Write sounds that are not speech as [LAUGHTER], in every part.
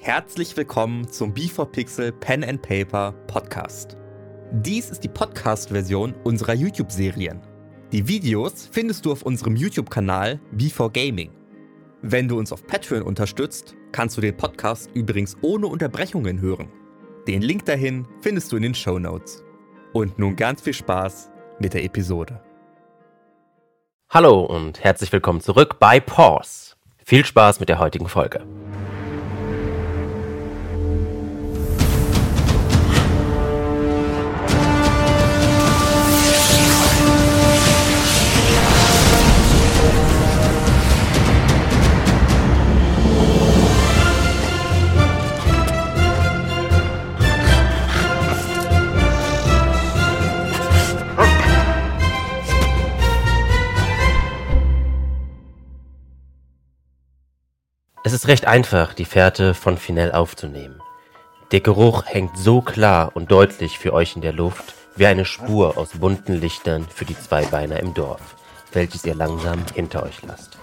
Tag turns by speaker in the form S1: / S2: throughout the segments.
S1: Herzlich willkommen zum B4Pixel Pen and Paper Podcast. Dies ist die Podcast-Version unserer YouTube-Serien. Die Videos findest du auf unserem YouTube-Kanal B4Gaming. Wenn du uns auf Patreon unterstützt, kannst du den Podcast übrigens ohne Unterbrechungen hören. Den Link dahin findest du in den Show Notes. Und nun ganz viel Spaß mit der Episode.
S2: Hallo und herzlich willkommen zurück bei Pause. Viel Spaß mit der heutigen Folge. Es ist recht einfach, die Fährte von Finell aufzunehmen. Der Geruch hängt so klar und deutlich für euch in der Luft, wie eine Spur aus bunten Lichtern für die Zweibeiner im Dorf, welches ihr langsam hinter euch lasst.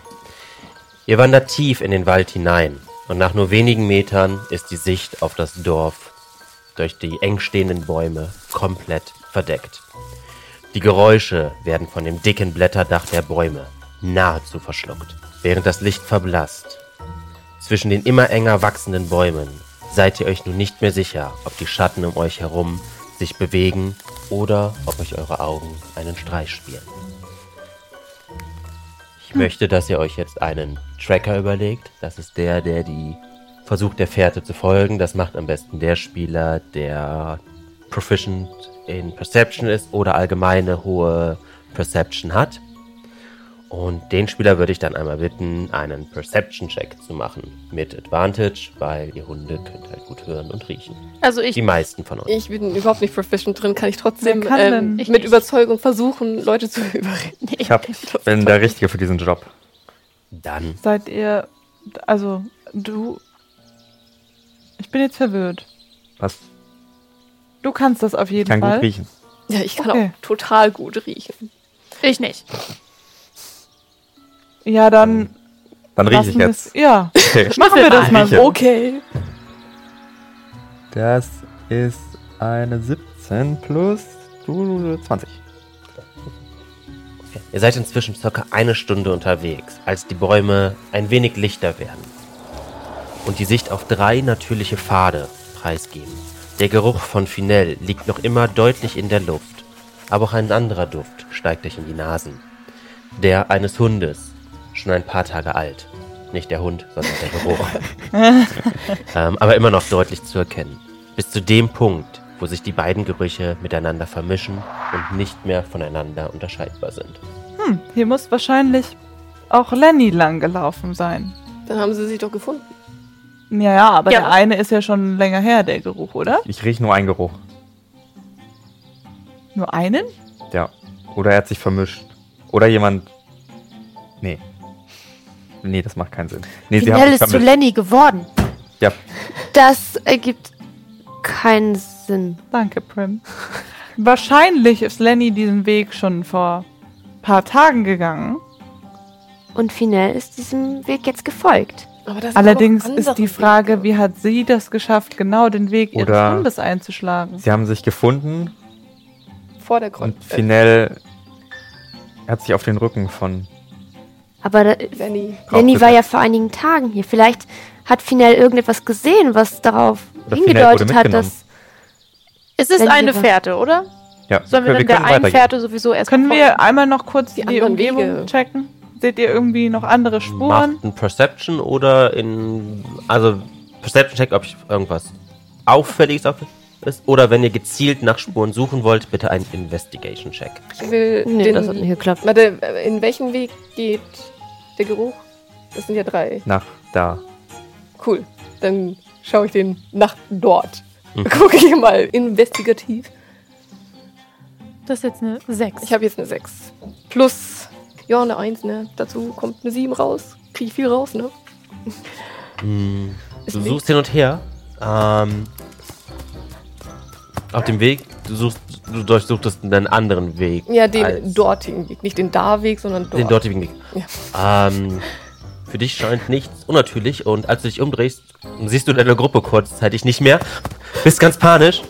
S2: Ihr wandert tief in den Wald hinein und nach nur wenigen Metern ist die Sicht auf das Dorf durch die eng stehenden Bäume komplett verdeckt. Die Geräusche werden von dem dicken Blätterdach der Bäume nahezu verschluckt, während das Licht verblasst zwischen den immer enger wachsenden Bäumen seid ihr euch nun nicht mehr sicher, ob die Schatten um euch herum sich bewegen oder ob euch eure Augen einen Streich spielen. Ich möchte, dass ihr euch jetzt einen Tracker überlegt. Das ist der, der die versucht, der Fährte zu folgen. Das macht am besten der Spieler, der proficient in Perception ist oder allgemeine hohe Perception hat. Und den Spieler würde ich dann einmal bitten, einen Perception-Check zu machen. Mit Advantage, weil ihr Hunde könnt halt gut hören und riechen.
S3: Also ich,
S2: Die meisten von euch.
S3: ich bin überhaupt nicht proficient drin, kann ich trotzdem
S4: Wer kann
S3: ähm,
S4: denn?
S5: Ich
S3: mit
S5: nicht.
S3: Überzeugung versuchen,
S5: [LAUGHS]
S3: Leute zu überreden.
S1: Ich hab, bin der Richtige für diesen Job.
S2: Dann.
S4: Seid ihr. Also, du. Ich bin jetzt verwirrt.
S6: Was?
S4: Du kannst das auf jeden
S6: Kann
S4: Fall.
S6: gut riechen.
S3: Ja, ich kann
S4: Okay.
S3: auch total gut riechen.
S5: Ich nicht.
S4: Ja, dann.
S6: Dann rieche ich
S4: lassen wir's-
S6: jetzt.
S4: Ja,
S6: Okay.
S4: machen wir das mal
S6: Rieche.
S4: so.
S3: Okay.
S6: Das ist eine 17 plus du- 20.
S2: Ihr seid inzwischen circa eine Stunde unterwegs, als die Bäume ein wenig lichter werden. Und die Sicht auf drei natürliche Pfade preisgeben. Der Geruch von Finell liegt noch immer deutlich in der Luft. Aber auch ein anderer Duft steigt euch in die Nasen. Der eines Hundes, schon ein paar Tage alt. Nicht der Hund, sondern der Geruch. ähm, aber immer noch deutlich zu erkennen. Bis zu dem Punkt, wo sich die beiden Gerüche miteinander vermischen und nicht mehr voneinander unterscheidbar sind.
S4: Hier muss wahrscheinlich auch Lenny lang gelaufen sein.
S3: Dann haben sie sich doch gefunden.
S4: Ja, ja, aber
S5: Ja.
S4: der eine ist ja schon länger her, der Geruch, oder?
S6: Ich rieche nur einen Geruch.
S4: Nur einen?
S6: Ja. Oder er hat sich vermischt. Oder jemand. Nee. Nee, das macht keinen Sinn. Nee, sie haben
S5: Finell
S6: sich
S5: ist zu
S6: vermischt.
S5: Lenny geworden.
S6: Ja.
S5: Das ergibt keinen Sinn.
S4: Danke, Prim. wahrscheinlich ist Lenny diesen Weg schon vor paar Tagen gegangen.
S5: Und Finell ist diesem Weg jetzt gefolgt.
S3: Aber das
S4: Allerdings ist die Frage, wie hat sie das geschafft, genau den Weg ihres
S6: Oder-
S4: Hundes einzuschlagen?
S6: Sie haben sich gefunden
S3: Vordergrund.
S6: und Finell hat sich auf den Rücken von.
S5: Aber da,
S3: Äh, Lenny.
S5: Lenny
S6: bitte.
S5: war ja vor einigen Tagen hier. Vielleicht hat Finell irgendetwas gesehen, was darauf
S6: Oder Finell
S5: hingedeutet
S6: wurde
S5: hat,
S6: mitgenommen.
S5: dass.
S7: Es ist
S5: Wenn
S7: eine
S5: wir-
S7: Fährte, oder?
S6: Ja,
S7: Sollen wir, dann der einen
S6: weitergehen.
S7: Fährte sowieso erst
S4: Können
S7: folgen?
S4: wir einmal noch kurz die,
S3: Die anderen
S4: Umgebung
S3: Wege.
S4: checken? Seht ihr irgendwie noch andere Spuren?
S2: Macht ein Perception oder in. Also, Perception-Check, ob ich irgendwas Auffälliges auf- ist. Oder wenn ihr gezielt nach Spuren suchen wollt, bitte einen Investigation-Check.
S3: Ich will
S5: Nee,
S3: den,
S5: das hat nicht geklappt.
S3: Warte, äh, in welchen Weg geht der Geruch? Das sind ja drei.
S6: Nach da.
S3: Cool. Dann schaue ich den nach dort. Gucke ich mal investigativ.
S7: Das ist jetzt eine 6.
S3: Ich habe jetzt eine 6. Plus, ja, eine 1, ne? Dazu kommt eine 7 raus. Kriege ich viel raus, ne?
S2: Hm,
S3: Ist
S2: du
S3: nicht-
S2: suchst hin und her. Ähm, auf dem Weg, du, suchst, du durchsuchtest einen anderen Weg.
S3: Ja, den
S2: als-
S3: dortigen Weg. Nicht den da-Weg, sondern dort.
S2: Den dortigen Weg. Ähm, für dich scheint nichts unnatürlich und als du dich umdrehst, Siehst du deine Gruppe kurzzeitig nicht mehr? Bist ganz panisch.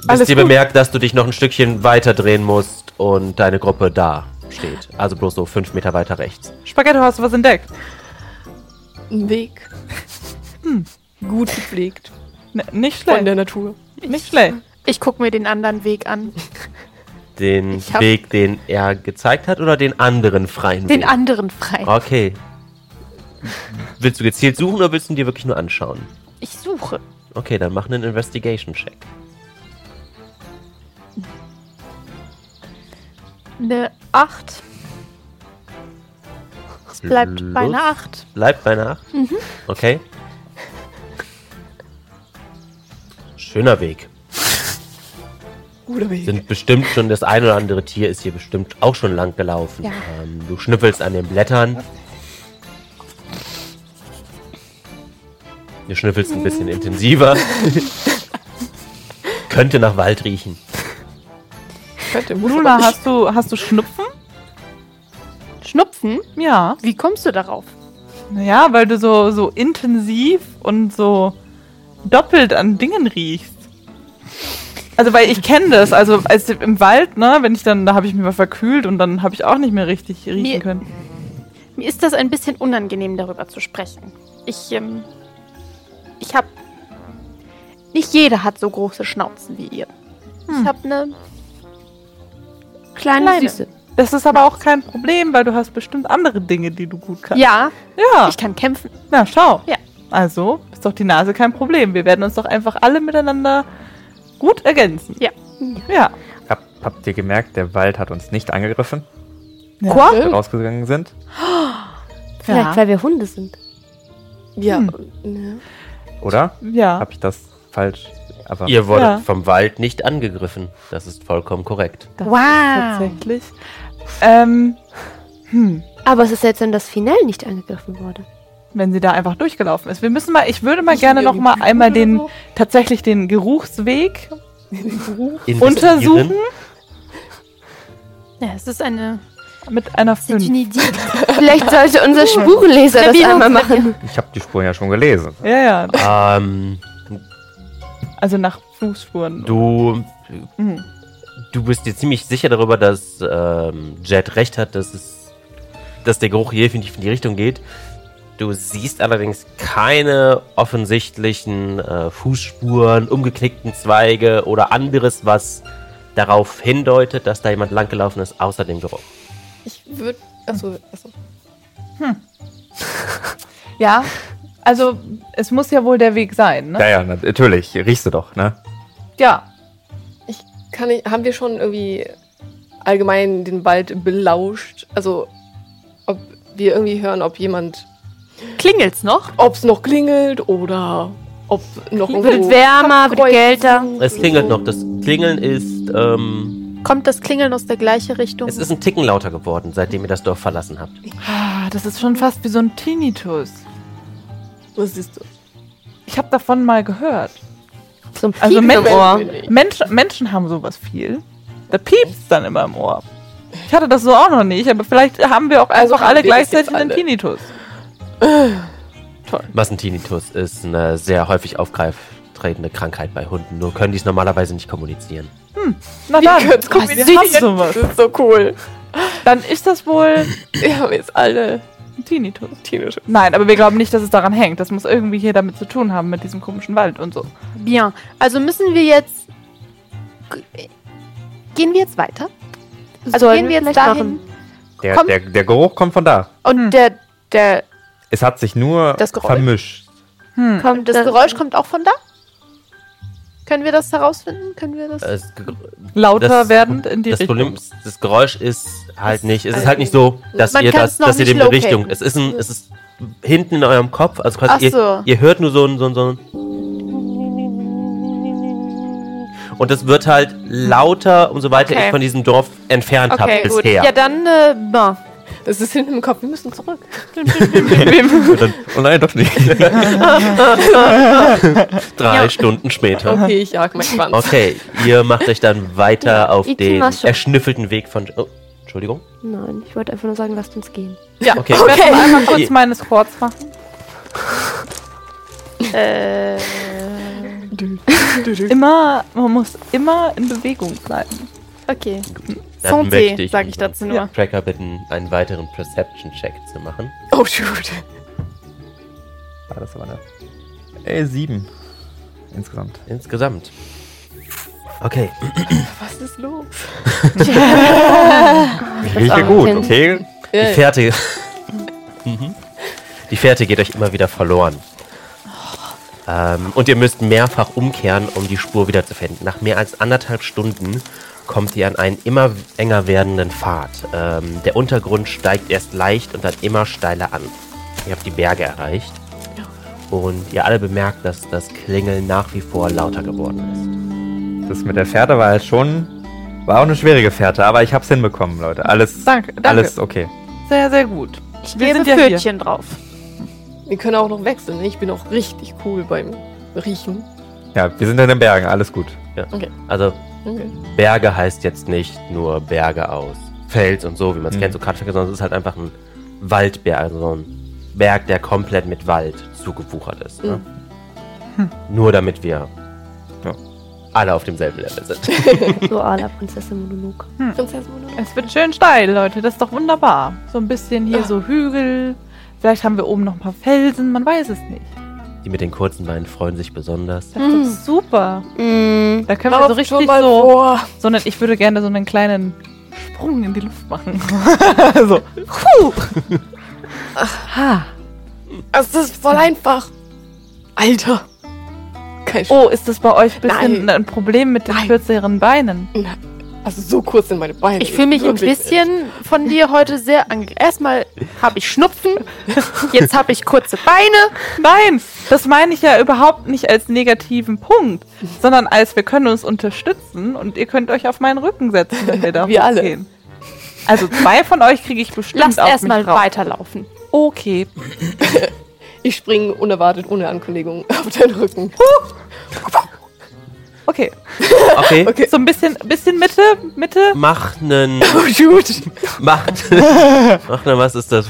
S2: Bis
S4: Alles
S2: dir
S4: gut.
S2: bemerkt, dass du dich noch ein Stückchen weiter drehen musst und deine Gruppe da steht. Also bloß so fünf Meter weiter rechts.
S4: Spaghetto, hast du was entdeckt?
S3: Ein Weg.
S7: Hm.
S3: Gut gepflegt.
S4: N nicht
S3: Von der
S4: schlecht.
S3: Natur.
S4: Nicht schlecht.
S7: Ich gucke mir den anderen Weg an.
S2: Den
S7: Ich hab-
S2: Weg, den er gezeigt hat, oder den anderen freien
S7: Den
S2: Weg?
S7: anderen frei.
S2: Okay. Willst du gezielt suchen oder willst du ihn dir wirklich nur anschauen?
S7: Ich suche.
S2: Okay, dann mach einen Investigation-Check.
S7: Eine 8. Es bleibt bei einer 8.
S2: Bleibt bei einer 8?
S4: Mhm.
S2: Okay. Schöner Weg.
S3: Guter Weg.
S2: Sind bestimmt schon das ein oder andere Tier ist hier bestimmt auch schon lang gelaufen.
S7: Ja.
S2: Ähm, du schnüffelst an den Blättern. Du schnüffelst ein bisschen intensiver.
S4: [LAUGHS]
S2: Könnte nach Wald riechen.
S3: Könnte, muss
S4: Luna,
S3: aber
S4: hast du, hast du Schnupfen?
S7: Schnupfen?
S4: Ja.
S7: Wie kommst du darauf?
S4: Naja, weil du so, so intensiv und so doppelt an Dingen riechst. Also, weil ich kenne das. Also, als im Wald, ne, wenn ich dann, da habe ich mich mal verkühlt und dann habe ich auch nicht mehr richtig riechen
S7: Mir-
S4: können.
S7: Mir ist das ein bisschen unangenehm, darüber zu sprechen. Ich, ähm, ich habe, nicht jeder hat so große Schnauzen wie ihr. Ich habe eine,
S5: Kleine,
S7: Kleine.
S5: Süße.
S4: Das ist aber auch kein Problem, weil du hast bestimmt andere Dinge, die du gut kannst.
S7: ja,
S4: ja.
S7: ich kann kämpfen.
S4: Na, schau.
S7: Ja.
S4: Also, ist doch die Nase kein Problem. Wir werden uns doch einfach alle miteinander gut ergänzen.
S7: Ja.
S4: Ja.
S6: Hab, habt ihr gemerkt, der Wald hat uns nicht angegriffen,
S4: ja.
S6: als wir rausgegangen sind?
S5: Vielleicht,
S4: Ja.
S5: weil wir Hunde sind.
S3: Ja.
S7: Hm.
S3: ne? ja.
S6: Oder?
S4: Ja.
S6: Hab ich das falsch? Aber
S2: Ihr wurdet
S4: Ja.
S2: vom Wald nicht angegriffen. Das ist vollkommen korrekt.
S4: Das
S7: Wow.
S4: ist Tatsächlich. Ähm,
S5: Aber es ist seltsam, dass Finell nicht angegriffen
S7: [LAUGHS]
S5: wurde.
S4: wenn sie da einfach durchgelaufen ist. Wir müssen mal, ich würde mal
S3: Riechen
S4: gerne
S3: die
S4: noch
S3: irgendwie
S4: mal
S3: Blut
S4: einmal
S3: oder
S4: den
S3: so?
S4: tatsächlich den Geruchsweg
S2: Investieren?
S4: untersuchen
S7: Ja, es ist eine,
S4: mit einer 5.
S5: Vielleicht sollte unser Spurenleser das
S7: Sabine,
S5: einmal machen.
S6: ich habe die Spuren ja schon gelesen.
S4: Ja, ja.
S2: Ähm,
S4: Also nach Fußspuren.
S2: du,
S4: Mhm.
S2: du bist dir ziemlich sicher darüber, dass ähm, Jet recht hat, dass, es, dass der Geruch hier definitiv in die Richtung geht. Du siehst allerdings keine offensichtlichen äh, Fußspuren, umgeknickten Zweige oder anderes, was darauf hindeutet, dass da jemand langgelaufen ist, außer dem Geruch.
S3: Ich würde. Achso, achso.
S4: Ja. Also, es muss ja wohl der Weg sein, ne?
S6: Ja, ja, natürlich. Riechst du doch, ne?
S4: Ja.
S3: Ich kann nicht. Haben wir schon irgendwie allgemein den Wald belauscht? Also, ob wir irgendwie hören, ob jemand.
S7: klingelt's noch?
S3: Ob es noch klingelt oder ob noch
S7: Oh.
S5: Wird wärmer, wird kälter.
S2: Es klingelt noch. Das Klingeln ist, ähm,
S7: Kommt das Klingeln aus der gleichen Richtung?
S2: es ist ein Ticken lauter geworden, seitdem ihr das Dorf verlassen habt.
S4: Ah, das ist schon fast wie so ein Tinnitus.
S3: Was ist das?
S4: Ich habe davon mal gehört.
S5: Zum
S4: Also
S5: Piepen im
S4: Menschen-
S5: Ohr.
S4: Mensch, Menschen haben sowas viel. Da piepst dann immer im Ohr. Ich hatte das so auch noch nicht, aber vielleicht haben wir auch
S3: Also
S4: einfach
S3: haben
S4: alle
S3: wir das jetzt
S4: gleichzeitig einen
S3: alle.
S4: Tinnitus.
S2: Massentinitus ist eine sehr häufig auftretende Krankheit bei Hunden, nur können die es normalerweise nicht kommunizieren.
S4: Na dann,
S3: können's
S4: was haben sowas.
S3: Das ist so cool.
S4: Dann ist das wohl
S3: Wir haben jetzt alle
S4: ein Tinnitus.
S3: tierische.
S4: Nein, aber wir glauben nicht, dass es daran hängt. Das muss irgendwie hier damit zu tun haben, mit diesem komischen Wald und so.
S7: Bien. Also müssen wir jetzt. Gehen wir jetzt weiter? Also
S5: Sollen
S7: gehen wir jetzt
S5: vielleicht
S7: dahin.
S6: Der,
S7: Kommt-
S6: der, der Geruch kommt von da.
S7: Und
S2: Hm.
S7: der, der,
S6: Es hat sich nur
S7: Das Geräusch.
S6: vermischt.
S2: Hm.
S5: Kommt
S7: das
S5: das-
S7: Geräusch kommt auch von da? Können wir das herausfinden? Können wir das?
S2: Es-
S4: Lauter
S2: das-
S4: werdend in die
S2: das
S4: Richtung.
S2: Problem ist, das Geräusch ist halt nicht, es ist
S3: also-
S2: halt nicht so, dass
S7: Man
S2: ihr
S7: kann's
S2: das,
S7: noch
S2: dass ihr
S7: nicht
S2: dem die
S7: locaten.
S2: Richtung, es ist ein, es ist hinten in eurem Kopf, also
S7: Ach
S2: quasi ihr,
S7: so.
S2: ihr hört nur so ein, so ein, so ein und es wird halt lauter, umso weiter
S7: Okay.
S2: ich von diesem Dorf entfernt
S7: Okay,
S2: habe
S7: gut.
S2: bisher.
S7: Ja, dann, äh, bon.
S3: Das ist hinten im Kopf. Wir müssen zurück.
S2: [LAUGHS]
S6: Und dann, oh nein, doch nicht. [LAUGHS]
S2: Drei
S7: Ja.
S2: Stunden später.
S3: Okay, ich jag meinen Schwanz.
S2: Okay, ihr macht euch dann weiter auf
S5: ich
S2: den
S5: mach's schon.
S2: erschnüffelten Weg von. Oh, Entschuldigung.
S5: Nein, ich wollte einfach nur sagen, lasst uns gehen.
S2: Okay. [LAUGHS]
S4: Ich werde noch einmal
S2: Ihr-
S4: kurz meine Squats machen.
S7: äh,
S4: Immer, man muss immer in Bewegung bleiben.
S7: okay.
S2: Dann möchte
S7: Santé,
S2: ich
S7: sage eh, ich
S2: unseren
S7: dazu nur.
S2: Tracker bitten, einen weiteren Perception-Check zu machen.
S3: Oh, shoot.
S6: War das aber eine. Äh, sieben. Insgesamt.
S2: Insgesamt. Okay.
S3: Was ist los?
S6: Rieche gut, okay.
S2: Die Fährte. Die Fährte geht euch immer wieder verloren. Ähm, und ihr müsst mehrfach umkehren, um die Spur wiederzufinden. Nach mehr als anderthalb Stunden kommt ihr an einen immer enger werdenden Pfad. Ähm, der Untergrund steigt erst leicht und dann immer steiler an. Ihr habt die Berge erreicht. Und ihr alle bemerkt, dass das Klingeln nach wie vor lauter geworden ist.
S6: Das mit der Fährte war halt schon. War auch eine schwierige Fährte, aber ich hab's hinbekommen, Leute. Alles.
S4: Danke, danke.
S6: Alles okay.
S4: Sehr, sehr gut.
S7: Ich
S4: Wir
S7: gebe
S4: sind ja hier.
S7: Pfötchen drauf.
S3: Wir können auch noch wechseln. ne? Ich bin auch richtig cool beim Riechen.
S6: Ja, wir sind in den Bergen, alles gut.
S2: Also
S3: Okay.
S2: Berge heißt jetzt nicht nur Berge aus Fels und so, wie man es
S6: Mhm.
S2: kennt, so Kartoffeln, sondern es ist halt einfach ein Waldberg, also so ein Berg, der komplett mit Wald zugewuchert ist. Ne? Nur damit wir
S6: Ja.
S2: alle auf demselben Level sind.
S5: So à la Prinzessin Mononoke.
S3: Prinzessin Mononoke.
S4: Es wird schön steil, Leute. Das ist doch wunderbar. So ein bisschen hier so Hügel. Vielleicht haben wir oben noch ein paar Felsen. Man weiß es nicht.
S2: Die mit den kurzen Beinen freuen sich
S4: [LAUGHS]
S2: besonders.
S4: Das ist doch super.
S5: Mm.
S4: Da können wir so also richtig so, so einen, ich würde gerne so einen kleinen Sprung in die Luft machen. so. Puh. Ha.
S3: Das ist voll einfach. Alter. Kein Sch
S4: Oh, ist das bei euch ein bisschen
S3: Nein.
S4: ein Problem mit den
S3: Nein.
S4: kürzeren Beinen?
S3: Also so kurz sind meine Beine.
S7: Ich fühle mich ein
S3: Wirklich.
S7: bisschen von dir heute sehr ange... Erstmal habe ich Schnupfen, [LAUGHS] jetzt habe ich kurze Beine.
S4: Nein, das meine ich ja überhaupt nicht als
S3: [LAUGHS]
S4: negativen Punkt, sondern als wir können uns unterstützen und ihr könnt euch auf meinen Rücken setzen,
S3: [LAUGHS]
S4: wenn wir da
S3: Wir alle.
S4: hochgehen. Also zwei von euch kriege ich bestimmt
S7: Lasst
S4: auf
S7: erstmal
S4: mich drauf.
S7: weiterlaufen.
S4: Okay,
S3: Ich springe unerwartet ohne Ankündigung [LAUGHS] auf deinen Rücken.
S4: okay.
S2: Okay,
S4: So ein bisschen, bisschen Mitte, Mitte.
S2: mach nen.
S3: Oh, shoot.
S2: Mach, mach nen, was ist das?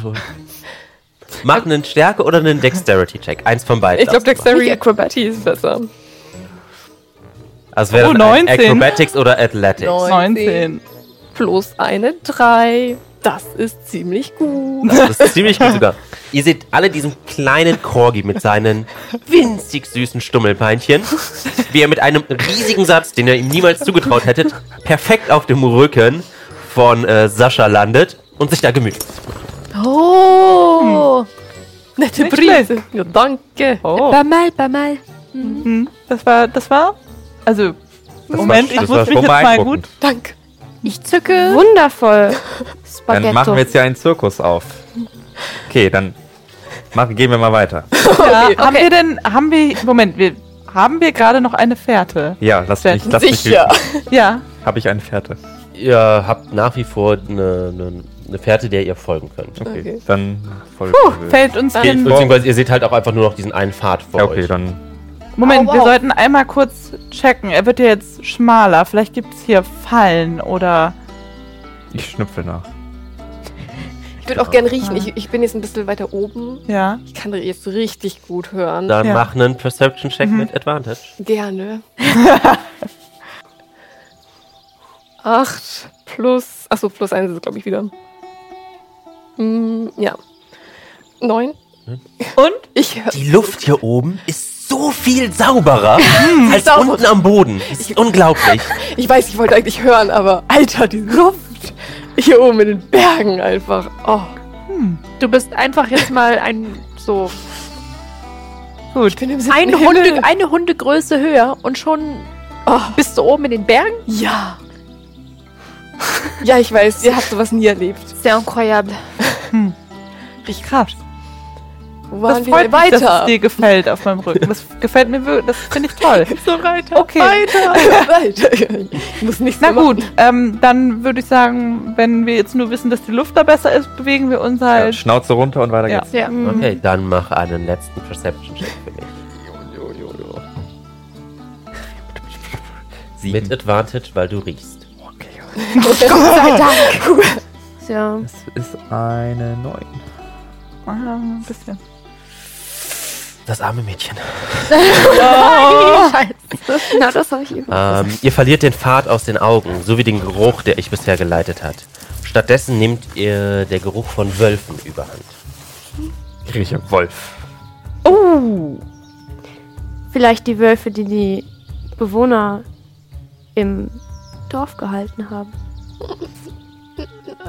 S2: Mach nen Stärke oder nen Dexterity-Check. Eins von beiden.
S3: Ich glaube,
S2: darfst du machen.
S3: Dexterity Acrobatie ist besser.
S2: Also wäre
S4: Oh,
S2: dann
S4: 19.
S2: Acrobatics oder Athletics.
S3: Neun.
S4: 19.
S3: Plus eine 3. Das ist ziemlich gut.
S4: [LAUGHS]
S2: Das ist ziemlich gut sogar. Ihr seht alle diesen kleinen Corgi mit seinen winzig süßen Stummelbeinchen, wie er mit einem riesigen Satz, den ihr ihm niemals zugetraut hättet, perfekt auf dem Rücken von äh, Sascha landet und sich da gemütlich.
S7: Oh.
S3: Nette
S4: Nicht
S3: Prise. Ja, danke. Äh,
S4: Oh.
S5: Bamal, Bamal.
S4: Hm, Das war, das war, also, Moment, ich
S6: das war
S4: muss mich
S6: schon
S4: jetzt mal
S6: beeindruckend.
S4: gut.
S3: Danke.
S7: Ich zücke.
S5: Wundervoll. Spaghetto.
S6: Dann machen wir jetzt hier einen Zirkus auf. Okay, dann machen, gehen wir mal weiter.
S4: Ja,
S3: [LAUGHS]
S4: Haben wir denn, haben wir, Moment, wir, haben wir gerade noch eine Fährte?
S6: Ja, lass mich, lass mich
S3: Sicher.
S4: Ja.
S6: Habe ich eine Fährte.
S2: Ihr habt nach wie vor eine, eine, eine Fährte, der ihr folgen könnt.
S6: Okay,
S3: Okay.
S6: dann voll.
S4: Fällt uns
S2: Geht,
S4: denn,
S2: beziehungsweise ihr seht halt auch einfach nur noch diesen einen Pfad vor
S6: ja, okay,
S2: euch.
S6: dann.
S4: Moment,
S7: Au,
S4: wir
S7: wow.
S4: sollten einmal kurz checken. Er wird ja jetzt schmaler. Vielleicht gibt es hier Fallen oder.
S6: Ich schnüpfe nach.
S3: Ich würde auch gern riechen.
S4: Ah.
S3: Ich, ich bin jetzt ein bisschen weiter oben.
S4: Ja.
S3: Ich kann jetzt richtig gut hören.
S2: Dann
S4: Ja.
S2: mach einen Perception-Check
S6: Mhm.
S2: mit Advantage.
S4: [LAUGHS]
S3: Gerne. Acht plus. Achso, plus eins ist es, glaube ich, wieder. Hm, ja. Neun.
S4: Hm? Und?
S3: Ich höre.
S2: Die Luft hier oben ist so viel sauberer
S6: Mhm.
S2: als
S3: Sauber.
S2: unten am Boden. Das ist unglaublich.
S3: Ich weiß, ich wollte eigentlich hören, aber Alter, die Luft. Hier oben in den Bergen einfach. Oh.
S7: Du bist einfach jetzt mal ein so
S3: Ich bin im siebten
S7: ein
S3: Himmel.
S7: Hunde, eine Hundegröße höher und schon
S3: Oh.
S7: bist du oben in den Bergen.
S3: Ja. Ja, ich weiß, ihr habt sowas nie erlebt.
S7: Sehr incroyable.
S4: Richtig krass.
S3: Wo
S4: Das
S3: waren
S4: freut
S3: wir
S4: mich, weiter. dass es
S3: weiter? [LAUGHS]
S4: dir gefällt auf meinem Rücken. Das gefällt mir wirklich. Das finde ich toll.
S3: So weiter.
S4: Okay.
S3: Weiter. weiter. Ich muss nichts
S4: Na
S3: mehr machen.
S4: gut, ähm, dann würde ich sagen, wenn wir jetzt nur wissen, dass die Luft da besser ist, bewegen wir uns
S6: Ja,
S4: halt.
S6: Schnauze runter und weiter
S4: Ja.
S6: geht's.
S7: Ja.
S2: Okay, dann mach einen letzten Perception-Check für mich. Mit Advantage, weil du riechst.
S5: [LAUGHS] Ja.
S6: Das ist eine 9.
S4: Ah, ein bisschen.
S2: Das arme Mädchen.
S5: Genau das habe ich eben.
S6: Ah.
S2: Ähm, ihr verliert den Pfad aus den Augen, sowie den Geruch, der euch bisher geleitet hat. Stattdessen nimmt ihr der Geruch von Wölfen überhand.
S6: Ich rieche Wolf.
S5: Vielleicht die Wölfe, die die Bewohner im Dorf gehalten haben.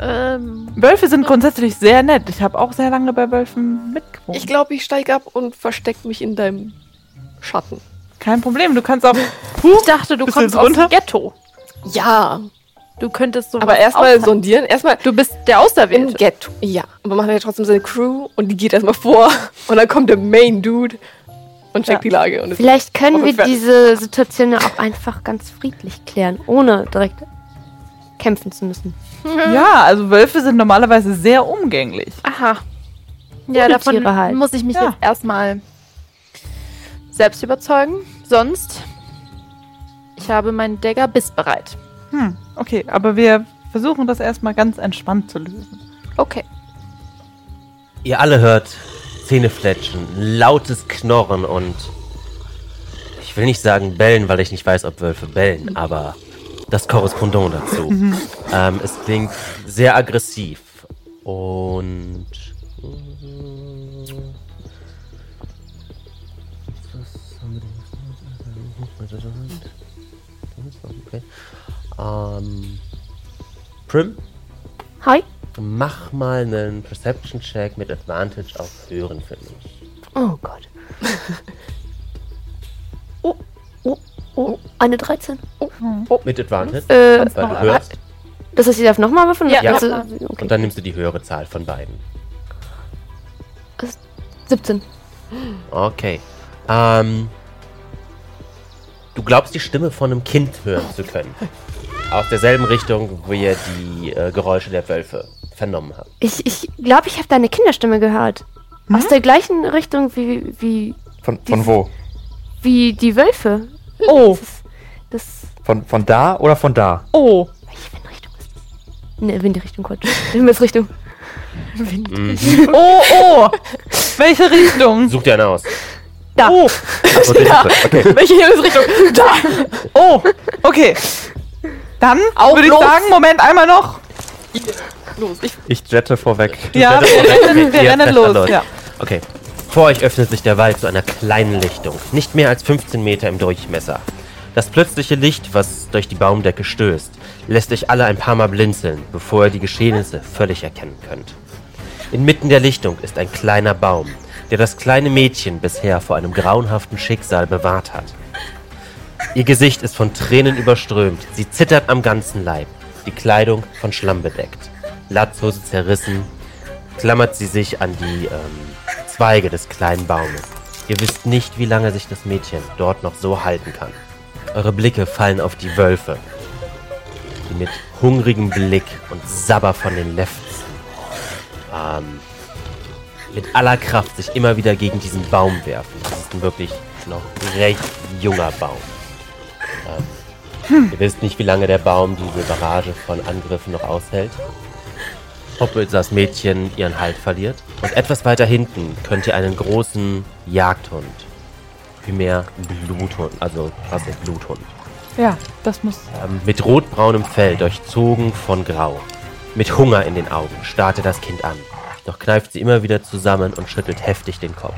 S7: Ähm,
S4: Wölfe sind grundsätzlich sehr nett. Ich habe auch sehr lange bei Wölfen mitgewohnt.
S3: Ich glaube, ich steige ab und verstecke mich in deinem Schatten.
S4: Kein Problem, du
S3: [LAUGHS]
S4: kannst auch.
S7: ich dachte, du
S4: Bist du
S7: kommst
S4: jetzt
S7: aus
S4: runter?
S7: dem Ghetto.
S3: Ja,
S7: Du könntest so.
S3: aber erstmal sondieren. Erstmal
S7: Du bist der
S3: im
S7: Auserwählte.
S3: Ghetto. Ja, aber man hat ja trotzdem seine Crew und die geht erstmal vor. Und dann kommt der Main Dude und checkt die Lage. Und ist
S5: Vielleicht können wir
S3: Hoffen wir-
S5: diese Situation ja auch einfach ganz friedlich klären, ohne direkt kämpfen zu müssen.
S4: Ja, also Wölfe sind normalerweise sehr umgänglich.
S7: Aha. Ja,
S5: Gute
S7: davon
S5: Tiere halt.
S7: muss ich mich
S4: Ja.
S7: jetzt erstmal selbst überzeugen. Sonst, ich habe meinen Dagger bissbereit.
S4: Hm, okay, aber wir versuchen das erstmal ganz entspannt zu [LAUGHS] lösen.
S7: Okay.
S2: Ihr alle hört Zähnefletschen, lautes Knorren und ich will nicht sagen bellen, weil ich nicht weiß, ob Wölfe bellen, aber das Korrespondent dazu. ähm, es klingt sehr aggressiv und okay. ähm, Prim,
S5: Hi.
S2: Mach mal einen Perception-Check mit Advantage auf Hören für mich.
S5: Oh Gott. [LAUGHS] oh, oh, oh. Eine 13.
S2: Mit Advantage?
S5: Äh,
S2: weil du hörst.
S5: das heißt, ich darf nochmal würfeln?
S7: Ja,
S5: Oder-
S7: ja.
S5: okay.
S2: Und dann nimmst du die höhere Zahl von beiden.
S5: 17.
S2: Okay. Ähm, du glaubst, die Stimme von einem Kind hören zu können. Aus derselben Richtung, wo ihr die äh, Geräusche der Wölfe vernommen habt.
S5: Ich glaube, ich, glaub, ich habe deine Kinderstimme gehört. Aus der gleichen Richtung wie, wie,
S6: Von, von wo?
S5: wie die Wölfe.
S4: Oh,
S5: Das.
S6: Von, von da oder von da?
S4: oh.
S5: Welche Windrichtung ist das? Ne, Windrichtung, Quatsch. [LAUGHS] Himmelsrichtung.
S4: Oh, oh! Welche Richtung?
S2: Such dir einen aus.
S5: Da.
S4: Oh,
S6: Achso, den ja. Okay.
S3: Welche Himmelsrichtung? Da!
S4: oh, okay. Dann
S3: Auf
S4: würde ich
S3: los.
S4: sagen, Moment, einmal noch.
S3: Los, ich
S6: Ich jette vorweg.
S4: Ja, [LAUGHS] wir rennen, wir
S2: Ihr
S4: rennen
S2: trefft
S4: los.
S2: erneut.
S4: Ja.
S2: Okay. Vor euch öffnet sich der Wald zu einer kleinen Lichtung, nicht mehr als 15 Meter im Durchmesser. Das plötzliche Licht, was durch die Baumdecke stößt, lässt euch alle ein paar Mal blinzeln, bevor ihr die Geschehnisse völlig erkennen könnt. Inmitten der Lichtung ist ein kleiner Baum, der das kleine Mädchen bisher vor einem grauenhaften Schicksal bewahrt hat. Ihr Gesicht ist von Tränen überströmt, sie zittert am ganzen Leib, die Kleidung von Schlamm bedeckt. Latzhose zerrissen, klammert sie sich an die ähm, Zweige des kleinen Baumes. Ihr wisst nicht, wie lange sich das Mädchen dort noch so halten kann. Eure Blicke fallen auf die Wölfe, die mit hungrigem Blick und Sabber von den Lefzen ähm, mit aller Kraft sich immer wieder gegen diesen Baum werfen. Das ist ein wirklich noch recht junger Baum. Ähm, Ihr wisst nicht, wie lange der Baum diese Barrage von Angriffen noch aushält hoppelt das Mädchen ihren Halt verliert. Und etwas weiter hinten könnt ihr einen großen Jagdhund, vielmehr Bluthund, also was ist Bluthund,
S4: ja, das muss.
S2: ähm, mit rotbraunem Fell durchzogen von Grau. Mit Hunger in den Augen starrte das Kind an. Doch kneift sie immer wieder zusammen und schüttelt heftig den Kopf.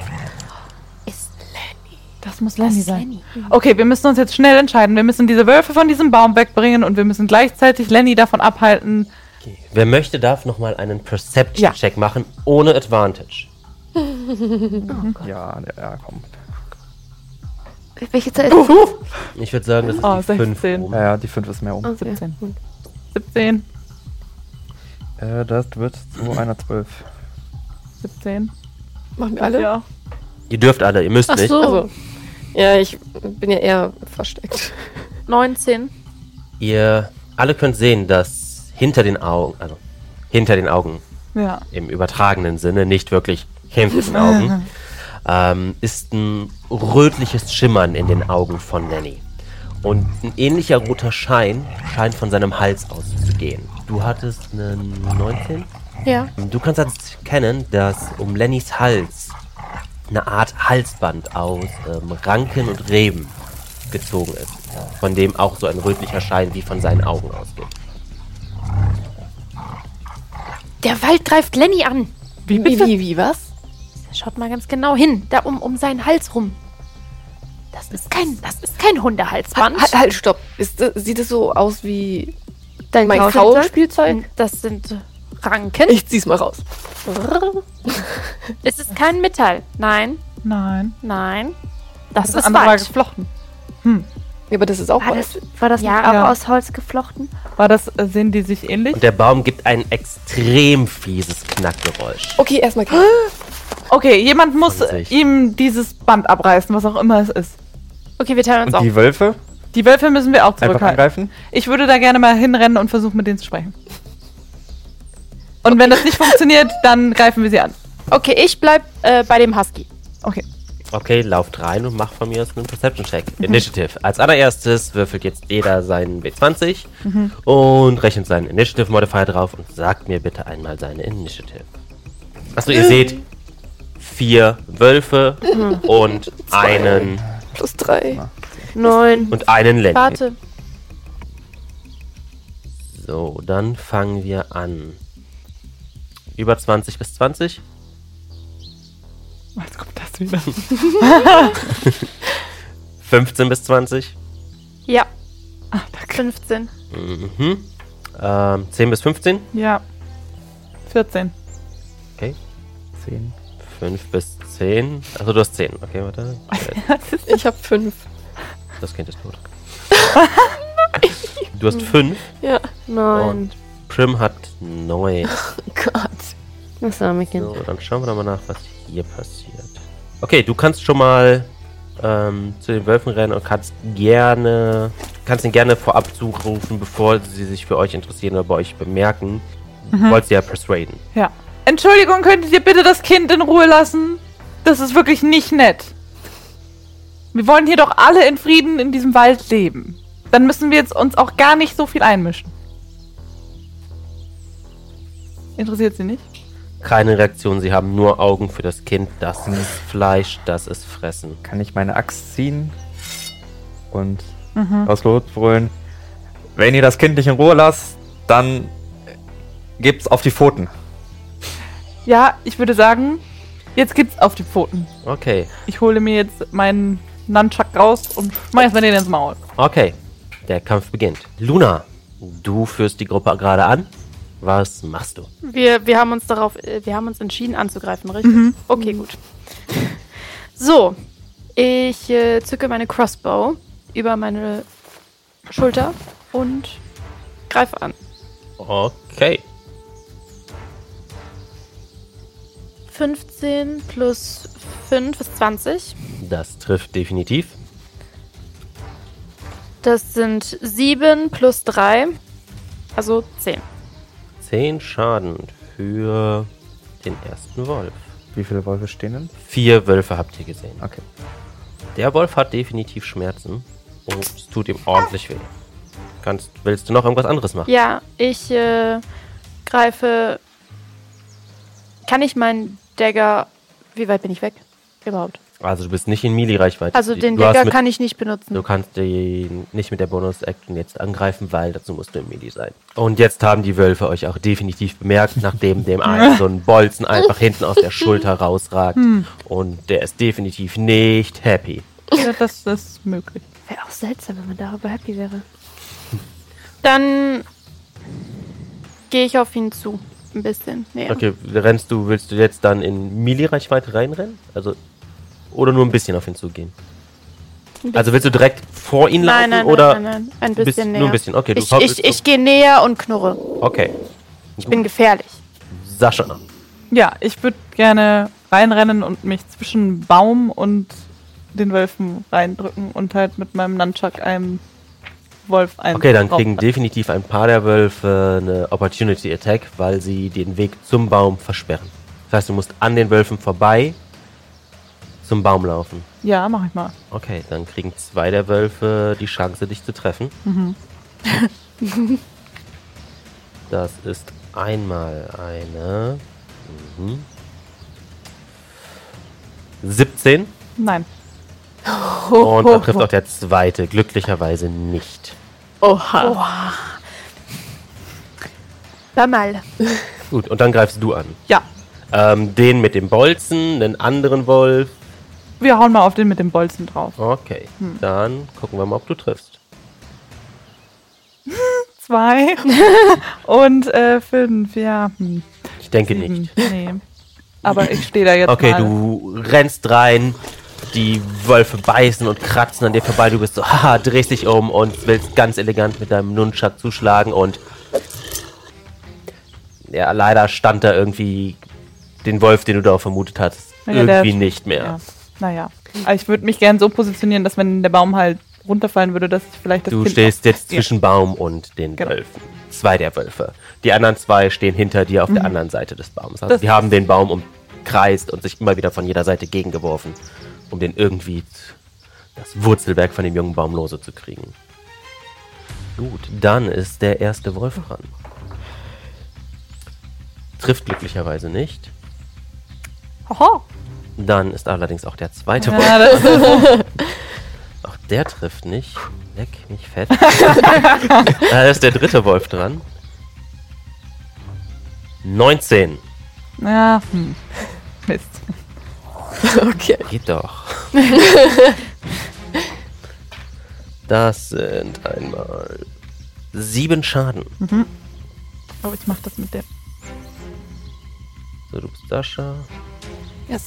S4: Das muss Lenny sein. Okay, wir müssen uns jetzt schnell entscheiden. Wir müssen diese Wölfe von diesem Baum wegbringen und wir müssen gleichzeitig Lenny davon abhalten.
S2: Wer möchte, darf nochmal einen Perception-Check machen, ohne Advantage.
S6: Ja, ja, komm.
S5: Welche Zeit?
S2: Ich würde sagen, das ist
S4: Oh,
S2: die
S4: 16.
S2: 5 rum.
S6: Ja, ja, die 5 ist mehr um.
S5: Okay.
S4: 17. 17,
S6: Äh, das wird zu einer 12.
S4: 17.
S3: machen wir alle.
S4: Ja.
S2: Ihr dürft alle, ihr müsst
S7: Ach
S2: nicht.
S7: so,
S3: Also, ja, ich bin ja eher versteckt.
S7: 19.
S2: Ihr alle könnt sehen, dass hinter den Augen, also hinter den Augen
S4: Ja.
S2: im übertragenen Sinne, nicht wirklich hinter den Augen, ähm, ist ein rötliches Schimmern in den Augen von Nanny. Und ein ähnlicher roter Schein scheint von seinem Hals auszugehen. Du hattest einen 19?
S7: Ja.
S2: Du kannst jetzt kennen, dass um Lennys Hals eine Art Halsband aus ähm, Ranken und Reben gezogen ist, von dem auch so ein rötlicher Schein wie von seinen Augen ausgeht.
S7: Der Wald greift Lenny an.
S4: Wie
S7: Wie,
S4: bitte?
S7: wie, wie, was? Schaut mal ganz genau hin, da um, um seinen Hals rum. Das ist kein, das ist kein Hundehalsband.
S3: Halt, halt, stopp. Ist, das- sieht es so aus wie
S5: Dein
S3: mein
S5: Kauspiel?
S3: Kaulspielzeug?
S7: Das sind Ranken.
S3: Ich zieh's mal raus.
S7: es ist kein Metall. Nein,
S4: Nein.
S7: nein. Das,
S4: Das,
S7: ist
S4: andere war
S7: Wald.
S4: geflochten.
S3: Ja, aber das ist auch
S5: War
S3: Holz.
S5: Ah, das, war das
S7: Ja.
S5: nicht auch
S4: Ja.
S5: aus Holz geflochten?
S4: War das, äh, sehen die sich ähnlich?
S2: Und der Baum gibt ein extrem fieses Knackgeräusch.
S3: Okay, erstmal.
S4: Okay, jemand muss
S2: Von sich.
S4: ihm dieses Band abreißen, was auch immer es ist.
S7: Okay, wir teilen uns
S6: Und
S7: auf.
S6: die Wölfe?
S4: Die Wölfe müssen wir auch
S6: Einfach
S4: zurückhalten.
S6: angreifen?
S4: Ich würde da gerne mal hinrennen und versuchen, mit denen zu sprechen. Und wenn das nicht funktioniert, dann greifen wir sie an.
S7: Okay, ich bleib äh, bei dem Husky.
S4: Okay.
S2: Okay, lauft rein und macht von mir aus einen Perception-Check. Initiative. Als allererstes würfelt jetzt jeder seinen W20 und rechnet seinen Initiative-Modifier drauf und sagt mir bitte einmal seine Initiative. Achso, ihr seht vier Wölfe und einen
S3: Plus drei.
S5: Neun.
S2: und einen Lenny.
S7: Warte.
S2: So, dann fangen wir an. Über 20 bis 20.
S4: Jetzt kommt das wieder.
S2: 15 bis 20.
S7: Ja. 15.
S2: Mhm. Ähm, 10 bis 15.
S4: Ja. 14.
S6: 10.
S2: 5 bis 10. Also du hast 10. Okay, warte.
S3: Ich hab fünf.
S2: Das Kind ist tot. Du hast 5
S5: Neun.
S2: und Prim hat 9.
S3: Oh Gott.
S5: Das arme Kind.
S2: So, dann schauen wir doch mal nach, was hier passiert. Okay, du kannst schon mal ähm, zu den Wölfen rennen und kannst gerne, kannst ihn gerne vorab zurufen, bevor sie sich für euch interessieren oder bei euch bemerken. Du wolltest sie ja persuaden.
S4: Ja. Entschuldigung, könntet ihr bitte das Kind in Ruhe lassen? Das ist wirklich nicht nett. Wir wollen hier doch alle in Frieden in diesem Wald leben. Dann müssen wir jetzt uns auch gar nicht so viel einmischen. Interessiert sie nicht?
S2: Keine Reaktion, sie haben nur Augen für das Kind. Das ist Fleisch, das ist Fressen.
S6: Kann ich meine Axt ziehen und
S4: Mhm.
S6: aus Lot brüllen. Wenn ihr das Kind nicht in Ruhe lasst, dann gibt's auf die Pfoten.
S4: Ja, ich würde sagen, jetzt gibt's auf die Pfoten.
S2: Okay,
S4: Ich hole mir jetzt meinen Nunchuck raus und schmeiß mir den ins Maul.
S2: okay. Der Kampf beginnt. Luna, du führst die Gruppe gerade an. Was machst du?
S7: Wir, wir haben uns darauf, äh, wir haben uns entschieden anzugreifen, richtig? Okay, gut. [LAUGHS] So, ich äh, zücke meine Crossbow über meine Schulter und greife an.
S2: Okay.
S7: 15 plus 5 ist 20.
S2: Das trifft definitiv.
S7: Das sind 7 plus 3, also 10.
S2: 10 Schaden für den ersten Wolf.
S6: Wie viele Wölfe stehen denn?
S2: Vier Wölfe habt ihr gesehen.
S6: Okay.
S2: Der Wolf hat definitiv Schmerzen und es tut ihm ordentlich weh. Kannst, willst du noch irgendwas anderes machen?
S7: Ja, ich äh, greife. Kann ich meinen Dagger. Wie weit bin ich weg? Überhaupt.
S2: Also du bist nicht in Melee-Reichweite.
S7: Also den
S2: du hast
S7: Dagger
S2: mit-
S7: kann ich nicht benutzen.
S2: Du kannst den nicht mit der Bonus-Action jetzt angreifen, weil dazu musst du im Melee sein. Und jetzt haben die Wölfe euch auch definitiv bemerkt,
S7: [LAUGHS]
S2: nachdem dem einen so ein Bolzen einfach hinten aus der Schulter rausragt.
S7: Hm.
S2: Und der ist definitiv nicht happy.
S4: Ja, das ist möglich.
S5: Wäre auch seltsam, wenn man darüber happy wäre.
S7: Dann gehe ich auf ihn zu. Ein bisschen. näher.
S2: Okay, rennst du, willst du jetzt dann in Melee-Reichweite reinrennen? Also, oder nur ein bisschen auf ihn zugehen?
S7: Ein bisschen.
S2: Also willst du direkt vor ihn laufen
S7: nein, nein,
S2: oder
S7: nein, nein, nein. Ein
S2: bist-
S7: bisschen näher.
S2: nur ein bisschen? Okay, du
S7: ich
S2: hoppelst
S7: ich, ich gehe näher und knurre.
S2: Okay,
S7: Ich bin gefährlich.
S2: Sascha.
S4: Ja, ich würde gerne reinrennen und mich zwischen Baum und den Wölfen reindrücken und halt mit meinem Nunchuck einem Wolf ein.
S2: Okay, dann kriegen
S4: draufhauen.
S2: definitiv ein paar der Wölfe eine Opportunity Attack, weil sie den Weg zum Baum versperren. Das heißt, du musst an den Wölfen vorbei zum Baum laufen.
S4: Ja, mach ich mal.
S2: Okay, dann kriegen zwei der Wölfe die Chance, dich zu treffen. das ist einmal eine. Mhm. 17.
S4: Nein.
S2: Und da trifft auch der zweite, glücklicherweise nicht.
S3: Oha.
S7: Bamal.
S2: Gut, und dann greifst du an.
S4: Ja.
S2: Ähm, den mit dem Bolzen, den anderen Wolf.
S4: Wir hauen mal auf den mit dem Bolzen drauf.
S2: Okay, dann gucken wir mal, ob du triffst. [LAUGHS]
S4: Zwei und äh, fünf, ja. Hm.
S2: Ich denke
S4: Sieben.
S2: nicht.
S4: Nee. Aber ich stehe da jetzt
S2: Okay,
S4: mal.
S2: du rennst rein, die Wölfe beißen und kratzen an dir vorbei. Du bist so, haha, drehst dich um und willst ganz elegant mit deinem Nunchuck zuschlagen und. Ja, leider stand da irgendwie den Wolf, den du da vermutet hattest,
S4: Ja, der-
S2: irgendwie nicht mehr.
S4: Ja. Naja. Aber ich würde mich gern so positionieren, dass wenn der Baum halt runterfallen würde, dass ich vielleicht das
S2: Du
S4: Kind
S2: stehst jetzt
S4: Ja.
S2: zwischen Baum und den
S4: Genau.
S2: Wölfen. Zwei der Wölfe. Die anderen zwei stehen hinter dir auf der anderen Seite des Baumes. Also
S4: Mhm. Das-
S2: die haben den Baum umkreist und sich immer wieder von jeder Seite gegengeworfen, um den irgendwie z- das Wurzelwerk von dem jungen Baum lose zu kriegen. Gut, dann ist der erste Wolf dran. Trifft glücklicherweise nicht.
S4: Hoho.
S2: Dann ist allerdings auch der zweite Wolf.
S4: Ja, das [LAUGHS] ist
S2: Auch der trifft nicht. Leck mich fett. [LAUGHS] ah, da ist der dritte Wolf dran. 19.
S4: ja, hm. Mist.
S3: Okay.
S2: Geht doch. Das sind einmal sieben Schaden.
S4: Aber ich mach das mit der.
S2: So, du bist Sascha.
S3: Yes.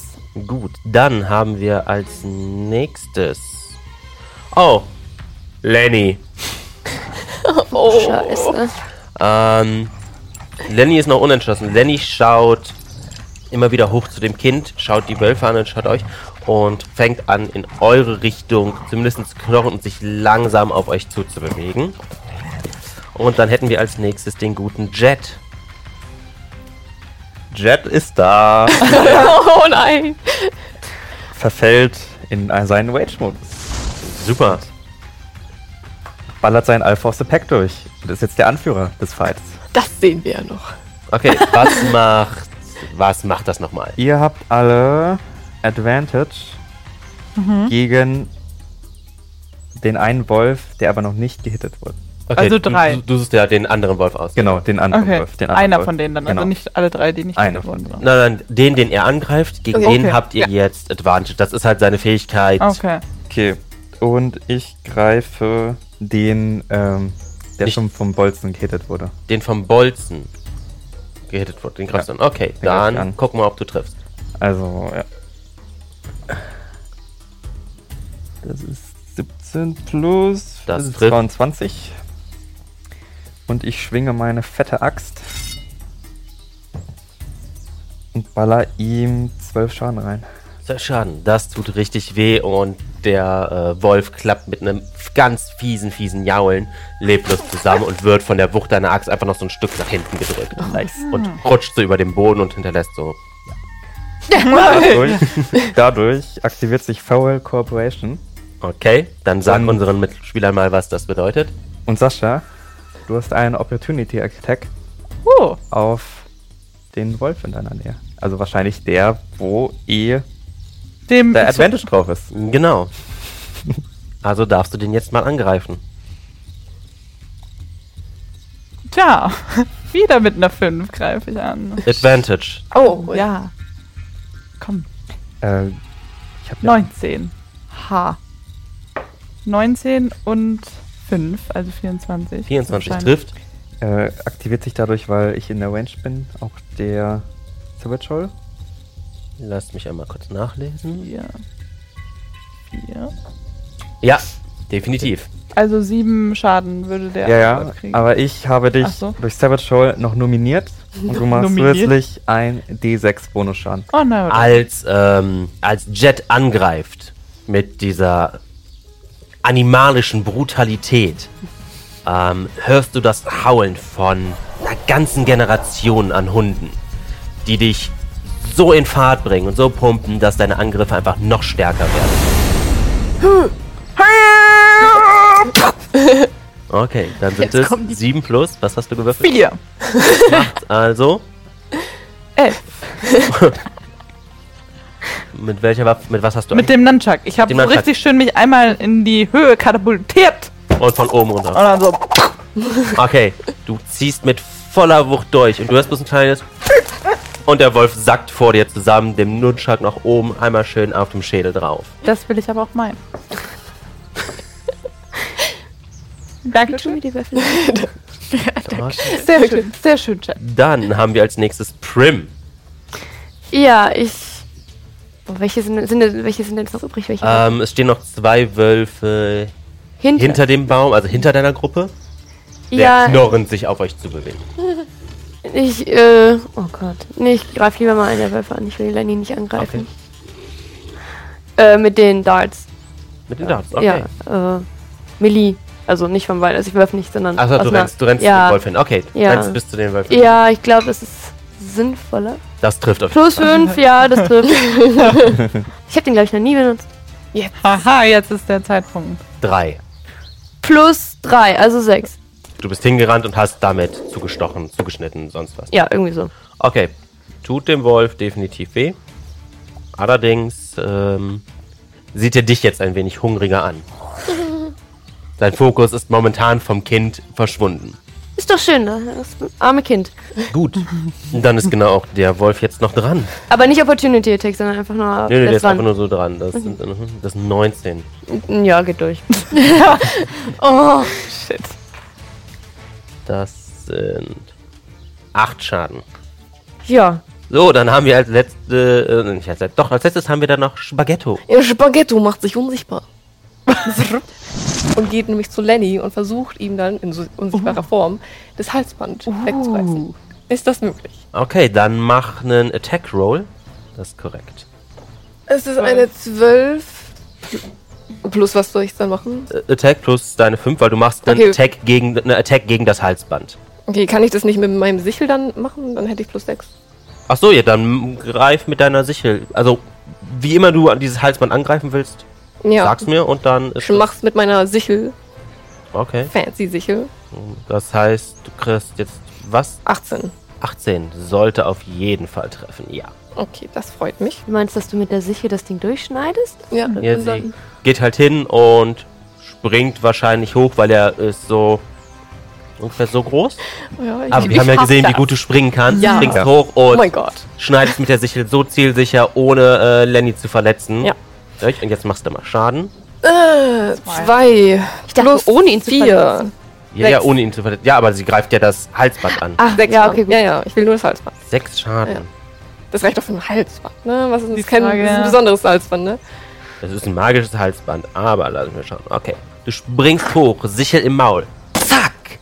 S2: Gut, dann haben wir als nächstes. Oh, Lenny.
S5: Scheiße.
S2: Ähm, Lenny ist noch unentschlossen. Lenny schaut immer wieder hoch zu dem Kind, schaut die Wölfe an und schaut euch und fängt an, in eure Richtung zumindest zu knochen und sich langsam auf euch zuzubewegen. Und dann hätten wir als nächstes den guten Jet.
S6: Jet ist da.
S3: Oh nein.
S6: verfällt in seinen Rage-Modus.
S2: [LAUGHS] Super.
S6: Ballert seinen Alpha aus the Pack durch. Und ist jetzt der Anführer des Fights.
S3: Das sehen wir ja noch.
S2: Okay, was
S6: [LAUGHS]
S2: macht. Was macht das nochmal?
S6: Ihr habt alle Advantage
S4: Mhm.
S6: gegen den einen Wolf, der aber noch nicht gehittet wurde.
S2: Okay,
S4: Also
S2: du-
S4: drei.
S2: Du, du suchst ja den anderen Wolf aus.
S6: Genau, den anderen
S4: Okay,
S6: Wolf. Den anderen
S4: einer
S6: Wolf.
S4: von denen dann.
S6: Genau.
S4: Also nicht alle drei, die nicht
S6: Einer
S4: gewählt
S6: von
S4: wurden.
S2: Nein, nein, den, den er angreift, gegen
S3: Okay.
S2: den
S4: Okay.
S2: habt ihr jetzt Advantage. Das ist halt seine Fähigkeit.
S4: Okay.
S6: Okay, und ich greife den, ähm, der
S2: Nicht-
S6: schon vom Bolzen gehittet wurde.
S2: den vom Bolzen gehittet wurde. Den greifst du
S6: Ja.
S2: an. Okay,
S6: Den greif ich
S2: dann
S6: an.
S2: guck mal, ob du triffst.
S6: Also, ja. Das ist 17 plus
S2: Das
S6: ist
S2: trifft.
S6: 22. Und ich schwinge meine fette Axt und baller ihm 12 Schaden rein. [LAUGHS]
S2: Sehr Schaden. Das tut richtig weh und der äh, Wolf klappt mit einem ganz fiesen, fiesen Jaulen leblos zusammen und wird von der Wucht deiner Axt einfach noch so ein Stück nach hinten gedrückt. Und rutscht so über den Boden und hinterlässt so.
S6: Dadurch, dadurch aktiviert sich Foul Corporation.
S2: Okay, dann sag
S6: Dann-
S2: unseren Mitspielern mal, was das bedeutet.
S6: Und Sascha, du hast einen Opportunity Attack
S4: Oh,
S6: auf den Wolf in deiner Nähe. Also wahrscheinlich der, wo eh
S4: dem
S6: der Advantage drauf ist.
S2: Genau. Also darfst du den jetzt mal angreifen.
S4: Tja, [LAUGHS] wieder mit einer 5 greife ich an.
S2: Advantage.
S3: Oh, ja.
S4: Ja. Komm,
S6: Äh, ich hab ja-
S4: 19. Ha. 19 und 5, also 24.
S2: 24
S4: Wahrscheinlich.
S2: trifft.
S6: Äh, aktiviert sich dadurch, weil ich in der Range bin, auch der Savage Hole.
S2: Lass mich einmal kurz nachlesen.
S4: Vier. Vier.
S2: Ja, definitiv.
S4: Also 7 Schaden würde der
S6: Ja,
S4: Angriff
S6: ja,
S4: kriegen.
S6: aber ich habe dich
S4: Ach so.
S6: durch Savage Hole noch nominiert und du machst
S4: Nominiert?
S6: zusätzlich ein D6 Bonusschaden.
S4: Oh nein.
S2: als, ähm, als Jet angreift mit dieser animalischen Brutalität, ähm, hörst du das Haulen von einer ganzen Generation an Hunden, die dich so in Fahrt bringen und so pumpen, dass deine Angriffe einfach noch stärker werden.
S3: [LAUGHS]
S2: Okay, dann sind
S3: Jetzt kommen die-
S2: es 7 plus. Was hast du gewürfelt? [LAUGHS]
S4: 4.
S2: Also
S4: Elf.
S2: [LAUGHS] mit welcher Waffe, mit was hast du
S4: Mit dem Nunchuck. Ich habe
S2: Dem Nunchuck.
S4: richtig schön mich einmal in die Höhe katapultiert.
S2: eigentlich? Und von oben runter.
S3: [LAUGHS]
S4: Und dann so.
S2: Okay, du ziehst mit voller Wucht durch und du hörst bloß ein kleines [LAUGHS] und der Wolf sackt vor dir zusammen, dem Nunchuck nach oben, einmal schön auf dem Schädel drauf.
S4: Das will ich aber auch meinen.
S5: Gibt schon
S4: Dankeschön.
S5: mir die Würfel.
S4: Sehr schön, sehr schön, Chat.
S2: Dann haben wir als nächstes Prim.
S5: Ja, ich. Boah, welche, sind, sind, denn- welche sind denn jetzt noch übrig? Welche
S2: Ähm, es stehen noch zwei Wölfe
S5: hinter,
S2: hinter dem Baum, also hinter deiner Gruppe, der
S5: Ja,
S2: knorrend sich auf euch zu bewegen.
S5: ich. Äh, oh Gott. Nee, ich greife lieber mal einen der Wölfe an. Ich will Lenny nicht angreifen. Äh, mit den Darts.
S2: Mit den Darts, okay.
S5: Ja, äh, Melee. Also nicht vom Wald, also ich werfe nicht, sondern.
S2: Achso,
S5: aus
S2: du
S5: einer-
S2: rennst, du rennst
S5: ja,
S2: den Wolf hin. Okay, du
S5: Ja.
S2: rennst bis zu den Wölfen.
S5: Ja, ich glaube, das ist sinnvoller.
S2: Das trifft auf
S5: Plus 5, ja, das
S2: [LAUGHS]
S5: trifft. ich habe den, glaube ich, noch nie benutzt.
S4: Haha, jetzt ist der Zeitpunkt.
S2: drei.
S5: Plus 3, also 6.
S2: Du bist hingerannt und hast damit zugestochen, zugeschnitten, sonst was.
S5: Ja, irgendwie so.
S2: Okay. Tut dem Wolf definitiv weh. Allerdings ähm, sieht er dich jetzt ein wenig hungriger
S5: [LAUGHS]
S2: an. Sein Fokus ist momentan vom Kind verschwunden.
S5: Ist doch schön, ne? Das arme Kind.
S2: Gut. Dann ist genau auch der Wolf jetzt noch dran.
S5: Aber nicht Opportunity Attack, sondern einfach
S2: Nö, nö,
S5: nur.
S2: der
S5: das
S2: ist einfach
S5: Run.
S2: nur so dran. Das sind äh, das sind 19.
S5: Ja, geht durch. [LAUGHS] Oh.
S2: Das sind 8 Schaden.
S5: Ja.
S2: So, dann haben wir als letzte, äh, nicht als letzte, doch, als letztes haben wir dann noch Spaghetto.
S3: Ihr Spaghetto macht sich unsichtbar. [LAUGHS] und geht nämlich zu Lenny und versucht ihm dann in so unsichtbarer Form das Halsband wegzureißen. Ist das möglich?
S2: Okay, dann mach einen Attack Roll. Das ist korrekt.
S3: Es ist eine 12. Plus was soll ich dann machen?
S2: Äh, Attack plus deine 5, weil du machst einen
S3: Okay.
S2: Attack gegen eine Attack gegen das Halsband.
S3: Okay, kann ich das nicht mit meinem Sichel dann machen? Dann hätte ich plus 6.
S2: Ach so, ja, dann greif mit deiner Sichel. Also, wie immer du an dieses Halsband angreifen willst,
S3: Ja.
S2: sag's mir und dann ist
S3: Ich mach's mit meiner Sichel,
S2: das- Okay.
S3: Fancy Sichel.
S2: Das heißt, du kriegst jetzt was
S3: 18.
S2: 18 sollte auf jeden Fall treffen. Ja.
S3: Okay, das freut mich.
S5: Du meinst, dass du mit der Sichel das Ding durchschneidest?
S3: Ja,
S2: Ja,
S3: und
S2: sie
S3: dann-
S2: geht halt hin und springt wahrscheinlich hoch, weil er ist so ungefähr so groß.
S3: ja, ich-
S2: Aber Ah, wir
S3: ich
S2: haben ja
S3: hasse
S2: gesehen, wie
S3: das.
S2: gut du springen kannst.
S3: Ja.
S2: Springst
S6: Ja.
S2: hoch
S3: Oh
S2: und
S3: mein Gott.
S2: schneidest mit der Sichel so zielsicher, ohne äh, Lenny zu verletzen.
S3: Ja.
S2: Richtig, Und jetzt machst du mal Schaden.
S3: Äh, zwei.
S5: Ich dachte,
S3: Plus
S5: ohne ihn zu
S3: Vier.
S5: verletzen.
S2: Ja, ja,
S3: Sechs.
S2: ohne ihn zu verletzen. Ja, aber sie greift ja das Halsband an.
S5: Ach,
S3: Sechs
S5: ja, okay,
S3: Mann.
S5: gut.
S3: Ja, ja, ich will nur das Halsband.
S2: Sechs Schaden.
S3: Ja. Das reicht doch für ein Halsband, ne? Was ist das?
S4: Die
S3: Ist kein,
S4: Frage,
S3: das ist ein
S4: ja.
S3: besonderes Halsband, ne?
S2: Das ist ein magisches Halsband, aber lass mich mal schauen. Okay. Du springst hoch, Sichel im Maul. Zack!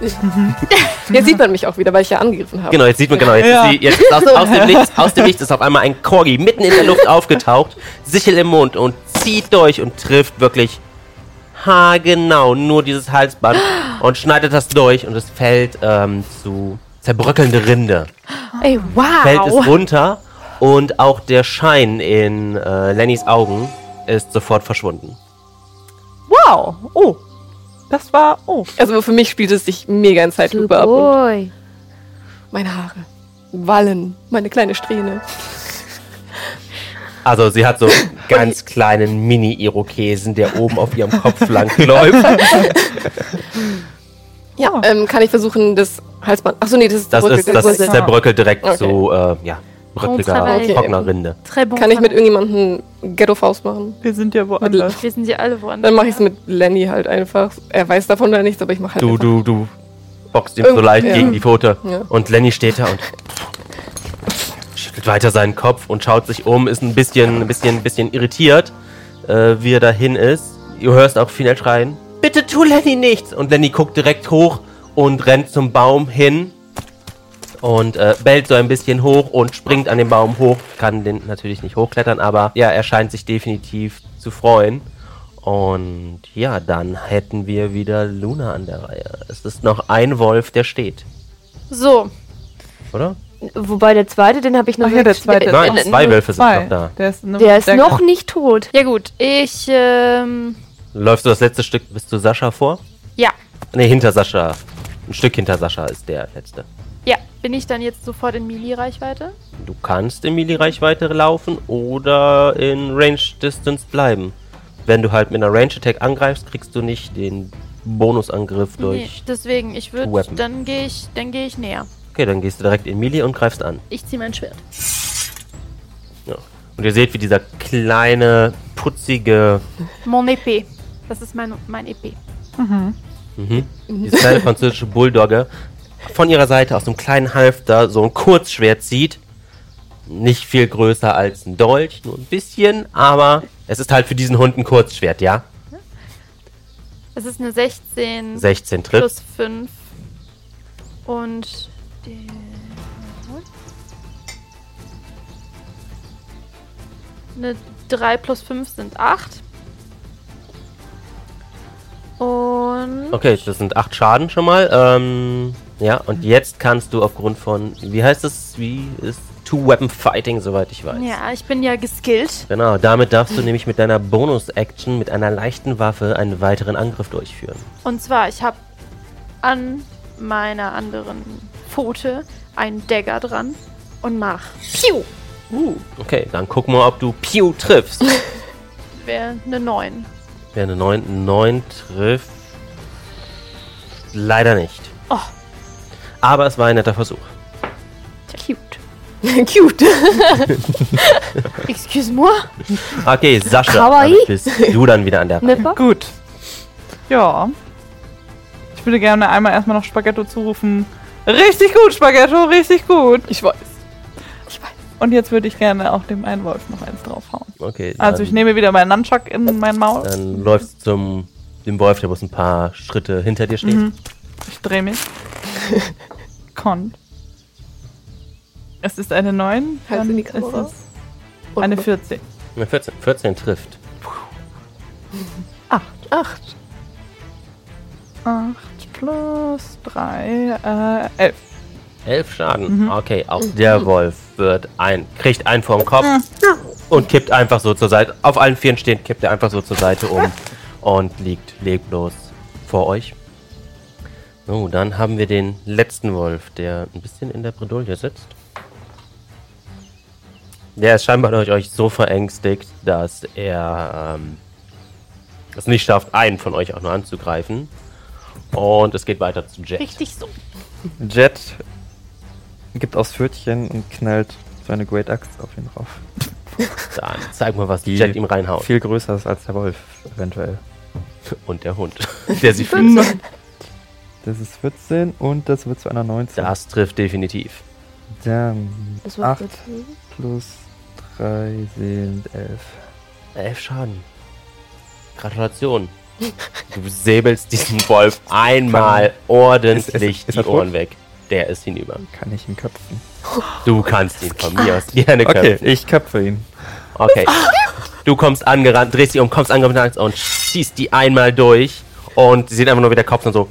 S3: Jetzt sieht man mich auch wieder, weil ich ja angegriffen habe.
S2: Genau, jetzt sieht man genau, jetzt,
S4: Ja.
S2: ist sie, jetzt ist
S5: [LAUGHS]
S2: aus, aus, dem Nichts, aus dem Nichts ist auf einmal ein Corgi mitten in der Luft aufgetaucht, Sichel im Mund und zieht durch und trifft wirklich haargenau nur dieses Halsband und schneidet das durch und es fällt ähm, zu zerbröckelnde Rinde.
S5: Ey,
S2: Fällt es
S5: wow.
S2: runter und auch der Schein in äh, Lennys Augen ist sofort verschwunden.
S4: Wow. Oh. Das war. Oh.
S3: Also für mich spielt es sich mega in Zeitlupe ab. Und
S5: Boy.
S3: meine Haare. Wallen. Meine kleine Strähne.
S2: Also sie
S5: [LAUGHS]
S2: hat so einen ganz kleinen Mini-Irokesen, der oben auf ihrem Kopf lang läuft.
S3: Ja, ähm, kann ich versuchen, das Halsband. Achso, nee, das ist
S2: Das ist
S3: zerbröckelt.
S2: das
S3: Bröckelt.
S2: zerbröckelt direkt
S3: Okay.
S2: zu äh, ja, bröckeliger,
S5: Okay.
S2: trockener Rinde.
S5: Très bon
S3: Kann ich mit irgendjemandem Ghetto-Faust machen?
S4: Wir sind ja woanders.
S7: Wir sind ja alle woanders.
S3: Dann mache ich es mit Lenny halt einfach. Er weiß davon oder nichts, aber ich mache halt.
S2: Du,
S3: einfach.
S2: du, du boxt ihm so
S3: Irgend-
S2: leicht
S3: ja.
S2: gegen die Pfote.
S3: Ja.
S2: Und Lenny steht da und schüttelt weiter seinen Kopf und schaut sich um, ist ein bisschen, ein bisschen, ein bisschen irritiert, äh, wie er dahin ist. Du hörst auch Finel schreien, bitte tu Lenny nichts. Und Lenny guckt direkt hoch und rennt zum Baum hin und äh, bellt so ein bisschen hoch und springt an den Baum hoch. Kann den natürlich nicht hochklettern, aber ja, er scheint sich definitiv zu freuen. Und ja, dann hätten wir wieder Luna an der Reihe. Es ist noch ein Wolf, der steht,
S7: So,
S2: oder?
S5: Wobei der zweite, den habe ich noch
S4: Ach ja, der zweite.
S2: Nein, zwei Wölfe sind
S4: Zwei.
S2: noch da.
S4: Der ist, ne-
S5: Der ist
S4: der-
S5: noch nicht tot.
S7: ja gut. Ich, ähm,
S2: Läufst du das letzte Stück bis zu Sascha vor?
S7: ja.
S2: Ne, hinter Sascha. Ein Stück hinter Sascha ist der letzte.
S7: Ja, bin ich dann jetzt sofort in Melee-Reichweite?
S2: Du kannst in Melee-Reichweite laufen oder in Range Distance bleiben. Wenn du halt mit einer Range Attack angreifst, kriegst du nicht den Bonusangriff durch.
S7: Nee, deswegen, ich würde,
S2: Weapon.
S7: dann gehe ich, dann gehe ich näher.
S2: Okay, dann gehst du direkt in Melee und greifst an.
S7: Ich ziehe mein Schwert.
S2: Ja. Und ihr seht, wie dieser kleine, putzige,
S7: Mon épée. Das ist mein, mein épée.
S2: mhm. diese kleine französische Bulldogge von ihrer Seite aus einem kleinen Halfter so ein Kurzschwert zieht. Nicht viel größer als ein Dolch, nur ein bisschen, aber es ist halt für diesen Hund ein Kurzschwert, ja?
S7: Das ist eine 16
S2: 16 Tritt.
S7: plus 5. Und die- eine 3 plus 5 sind 8. Und
S2: Okay, das sind 8 Schaden schon mal. Ähm, ja, und jetzt kannst du aufgrund von, wie heißt das, wie ist Two-Weapon-Fighting, soweit ich weiß.
S7: ja, ich bin ja geskillt.
S2: Genau, damit darfst du nämlich mit deiner Bonus-Action mit einer leichten Waffe einen weiteren Angriff durchführen.
S7: Und zwar, ich habe an meiner anderen Pfote einen Dagger dran und mach. Piu!
S2: Okay, dann guck mal, ob du Piu triffst.
S7: Wäre eine 9.
S2: Wer eine 9, 9 trifft, leider nicht.
S7: Oh.
S2: Aber es war ein netter Versuch.
S4: [LAUGHS]
S7: Cute.
S5: [LAUGHS] Cute.
S7: Excuse-moi.
S2: Okay, Sascha,
S5: Kawaii.
S2: damit bist du dann wieder an der Reihe.
S5: Nipper?
S4: Gut. Ja. Ich würde gerne einmal erstmal noch Spaghetto zurufen. Richtig gut, Spaghetto, richtig gut. Ich weiß. Ich weiß. Und jetzt würde ich gerne auch dem einen Wolf noch eins draufhauen.
S2: Okay,
S4: Also ich
S2: dann-
S4: nehme wieder meinen Nunchuck in mein Maul.
S2: Dann läufst du zum dem Wolf, der muss ein paar Schritte hinter dir stehen.
S4: Ich drehe mich. Kont. Es ist eine 9.
S3: Halt
S4: dann
S3: in die
S4: ist
S3: Kamera.
S4: es Eine 14.
S2: Eine 14, 14 trifft.
S3: 8.
S4: 8 plus 3, äh, 11.
S2: 11 Schaden. Okay, auch der Wolf wird ein, kriegt einen vorm Kopf und kippt einfach so zur Seite. Auf allen Vieren stehend kippt er einfach so zur Seite um und liegt leblos vor euch. So, dann haben wir den letzten Wolf, der ein bisschen in der Bredouille sitzt. Der ist scheinbar durch euch so verängstigt, dass er ähm, es nicht schafft, einen von euch auch nur anzugreifen. Und es geht weiter zu Jack.
S7: Richtig so.
S6: Jet gibt aufs Pfötchen und knallt seine Great Axt auf ihn drauf.
S2: Dann zeig mal, was
S6: Die
S2: Jet ihm reinhaut.
S6: Viel größer ist als der Wolf, eventuell.
S2: Und
S6: [LAUGHS]
S2: der Hund, der sie fühlt.
S4: 14.
S6: Das ist 14 und das wird zu einer 19.
S2: [LAUGHS] Das trifft definitiv.
S6: Dann
S5: Das war
S6: 8
S5: gut.
S6: plus 3 sind 11.
S2: Elf Schaden. Gratulation. Du säbelst diesen Wolf einmal ordentlich
S6: Ist- ist- ist
S2: die
S6: er tot?
S2: Ohren weg. Der ist hinüber.
S6: Kann ich ihn köpfen?
S2: Du kannst ihn von mir aus gerne
S6: ah. Okay,
S2: köpfen.
S6: ich köpfe ihn.
S2: Okay. Du kommst angerannt, drehst dich um, kommst angerannt und schießt die einmal durch. Und sie sieht einfach nur, wie der Kopf dann so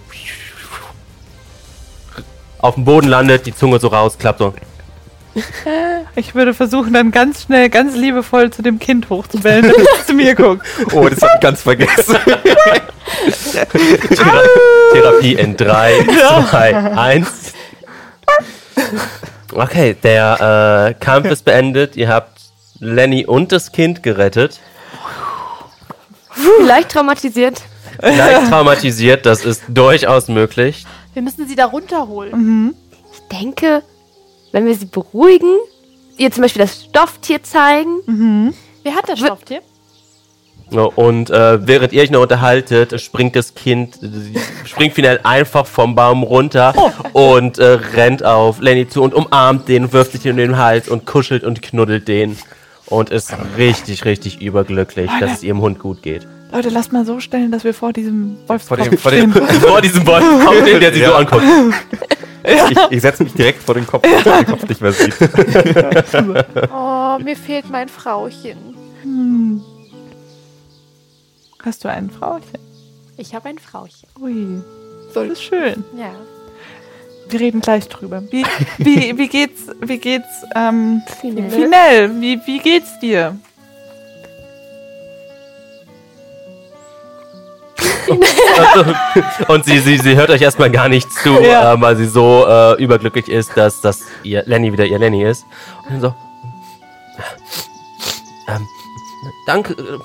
S2: auf dem Boden landet, die Zunge so rausklappt so.
S4: Ich würde versuchen, dann ganz schnell, ganz liebevoll zu dem Kind hochzubellen, damit es zu mir guckt.
S6: Oh, das hab ich ganz vergessen.
S2: Thera Therapie in 3, 2, 1. Okay, der äh, Kampf ist beendet. Ihr habt Lenny und das Kind gerettet.
S5: Leicht traumatisiert.
S2: Leicht traumatisiert, das ist durchaus möglich.
S7: Wir müssen sie da runterholen.
S5: Ich denke, wenn wir sie beruhigen, ihr zum Beispiel das Stofftier zeigen.
S7: Mhm. Wer hat das Stofftier?
S2: Und äh, während ihr euch noch unterhaltet, springt das Kind, äh, springt Finale einfach vom Baum runter und äh, rennt auf Lenny zu und umarmt den, wirft sich in den Hals und kuschelt und knuddelt den. Und ist richtig, richtig überglücklich, dass es ihrem Hund gut geht.
S4: Leute, lasst mal so stellen, dass wir vor diesem Wolfskopf
S6: dem- vor dem-
S4: stehen.
S2: vor diesem Wolf kommt den, der sie so anguckt.
S6: [LAUGHS] Ich, ich setze mich direkt vor den Kopf, dass man den Kopf nicht mehr sieht.
S7: Oh, mir fehlt mein Frauchen.
S4: Hast du ein Frauchen?
S7: Ich habe ein Frauchen.
S4: Ui, das ist schön.
S7: Ja.
S4: Wir reden gleich drüber. Wie, wie, wie geht's, wie geht's, ähm,
S5: Finell.
S4: Finell, wie, wie geht's dir?
S2: [LAUGHS] Und sie, sie, sie hört euch erstmal gar nicht zu,
S4: Ja.
S2: äh, weil sie so äh, überglücklich ist, dass, dass ihr Lenny wieder ihr Lenny ist. Und dann so. äh, Ähm, danke. äh,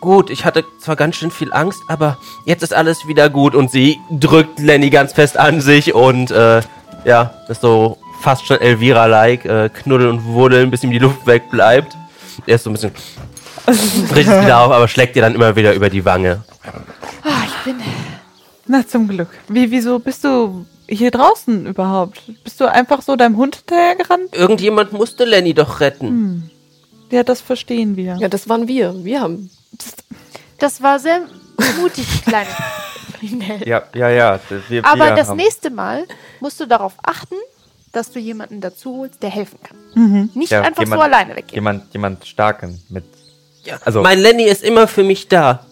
S2: Gut, ich hatte zwar ganz schön viel Angst, aber jetzt ist alles wieder gut. Und sie drückt Lenny ganz fest an sich und äh, ja, ist so fast schon Elvira-like, äh, knuddeln und wuddeln, bis ihm die Luft wegbleibt. Er ist so ein bisschen. Richtet wieder auf, aber schlägt ihr dann immer wieder über die Wange.
S4: Na, zum Glück. Wie, wieso bist du hier draußen überhaupt? Bist du einfach so deinem Hund hinterhergerannt?
S2: Irgendjemand musste Lenny doch retten.
S4: Hm. Ja, das verstehen wir.
S3: Ja, das waren wir. Wir haben.
S7: Das war sehr mutig, die kleine
S6: [LAUGHS]
S7: Kriminelle.
S6: Ja, ja, ja. d- Wir,
S7: Aber
S6: wir
S7: das
S6: haben-
S7: nächste Mal musst du darauf achten, dass du jemanden dazu holst, der helfen kann. Nicht
S6: Ja,
S7: einfach
S6: jemand-
S7: so alleine weggehen.
S6: Jemand, jemand Starken mit.
S2: Ja,
S6: also-
S2: mein Lenny ist immer für mich da.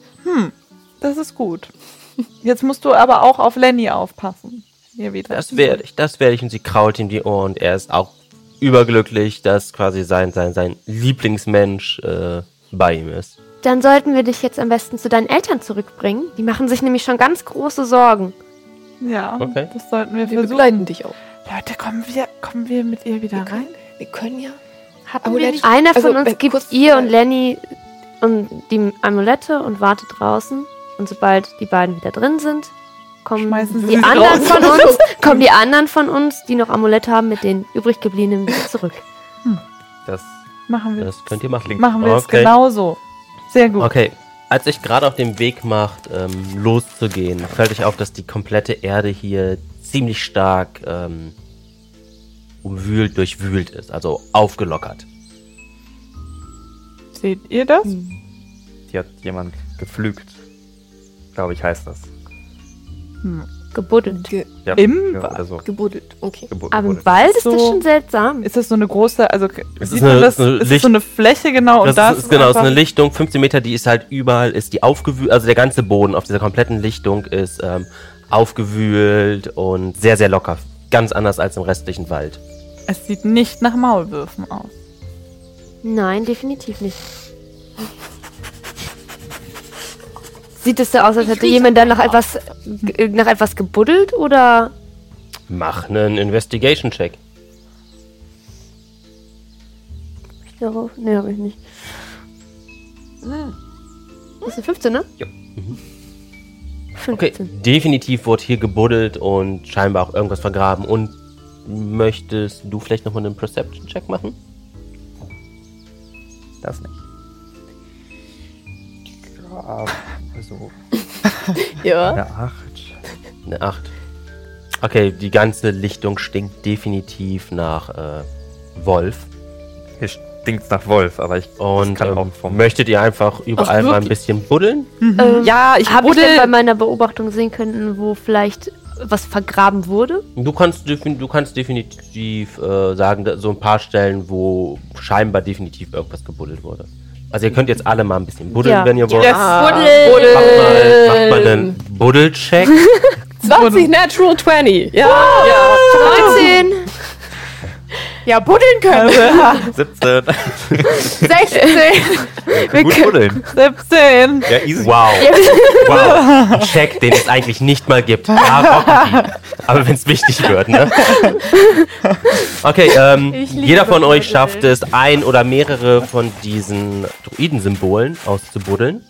S4: Das ist gut. Jetzt musst du aber auch auf Lenny aufpassen. Hier wieder.
S2: Das werde ich, das werde ich. Und sie kraut ihm die Ohren. Und er ist auch überglücklich, dass quasi sein, sein, sein Lieblingsmensch äh, bei ihm ist.
S5: Dann sollten wir dich jetzt am besten zu deinen Eltern zurückbringen. Die machen sich nämlich schon ganz große Sorgen.
S4: Ja,
S2: Okay.
S4: das sollten wir,
S3: Wir begleiten
S4: versuchen.
S3: dich auch.
S4: Leute, kommen wir, kommen wir mit ihr wieder rein?
S3: Wir können ja.
S7: Hatten wir
S3: Amulett-
S7: nicht
S5: Einer
S3: Also,
S5: von uns
S3: wenn- kurz-
S5: gibt ihr und Lenny und die Amulette und wartet draußen. Und sobald die beiden wieder drin sind, kommen
S4: Schmeißen sie
S5: die
S4: sie
S5: anderen
S4: raus.
S5: von uns, kommen die anderen von uns, die noch Amulette haben, mit den übrig gebliebenen wieder zurück.
S6: Das
S4: Machen wir
S2: Das könnt ihr machen.
S4: Machen wir genau. es
S2: okay.
S4: genauso. Sehr gut.
S2: Okay. Als ich gerade auf dem Weg macht, ähm, loszugehen, fällt euch auf, dass die komplette Erde hier ziemlich stark ähm, umwühlt, durchwühlt ist, also aufgelockert.
S4: Seht ihr das?
S6: hier hat jemand geflügt. Glaube ich, heißt das.
S5: Gebuddelt.
S3: Ge
S6: Ja,
S4: Im
S6: ja,
S4: Wa-
S6: oder so.
S3: gebuddelt. Okay.
S6: Gebo-
S5: Aber im
S6: gebuddelt.
S5: Wald ist das
S4: So.
S5: schon seltsam.
S4: Ist das so eine große, also
S2: Es
S4: sieht
S2: ist eine-
S4: man das?
S2: eine
S4: ist das
S2: Licht-
S4: so eine Fläche genau und
S2: das
S4: das
S2: ist, genau, es ist
S4: einfach-
S2: eine Lichtung, 15 Meter, die ist halt überall, ist die aufgewühlt, also der ganze Boden auf dieser kompletten Lichtung ist ähm, aufgewühlt und sehr, sehr locker. Ganz anders als im restlichen Wald.
S4: Es sieht nicht nach Maulwürfen aus.
S5: Nein, definitiv nicht. Sieht es da aus, als hätte jemand dann nach etwas, g- nach etwas gebuddelt oder
S2: Mach einen Investigation-Check.
S5: darauf? Nee, habe ich nicht. Das ist eine 15, ne?
S6: Ja.
S5: 15.
S2: Okay, definitiv wurde hier gebuddelt und scheinbar auch irgendwas vergraben. Und möchtest du vielleicht nochmal einen Perception-Check machen?
S6: Das nicht. Ja, also
S3: Ja.
S6: eine 8.
S2: Eine 8. Okay, die ganze Lichtung stinkt definitiv nach äh, Wolf.
S6: Hier stinkt's nach Wolf, aber ich
S2: Und
S6: kann auch
S2: ähm,
S6: vom
S2: möchtet ihr einfach überall mal ein
S3: wirklich?
S2: bisschen buddeln?
S5: Ähm,
S4: Ja, ich
S5: Habe ich denn bei
S4: buddel.
S5: meiner Beobachtung sehen können, wo vielleicht was vergraben wurde?
S2: Du kannst, defin- du kannst definitiv äh, sagen, da- so ein paar Stellen, wo scheinbar definitiv irgendwas gebuddelt wurde. Also ihr könnt jetzt alle mal ein bisschen buddeln,
S5: Ja.
S2: wenn ihr wollt.
S4: Yes.
S3: Ah,
S2: Macht mal, macht mal einen Buddel-Check.
S3: 20 Natural 20. Ja.
S5: 19!
S7: Ja, buddeln können.
S4: Also,
S6: 17.
S7: 16.
S6: Wir Gut buddeln.
S4: 17.
S6: Ja, easy.
S2: Wow. wow. Ein Check, den es eigentlich nicht mal gibt. Da rocken die. Aber wenn es wichtig wird, ne? Okay, ähm,
S7: liebe
S2: jeder von euch
S7: Buddel.
S2: schafft es, ein oder mehrere von diesen Druidensymbolen auszubuddeln.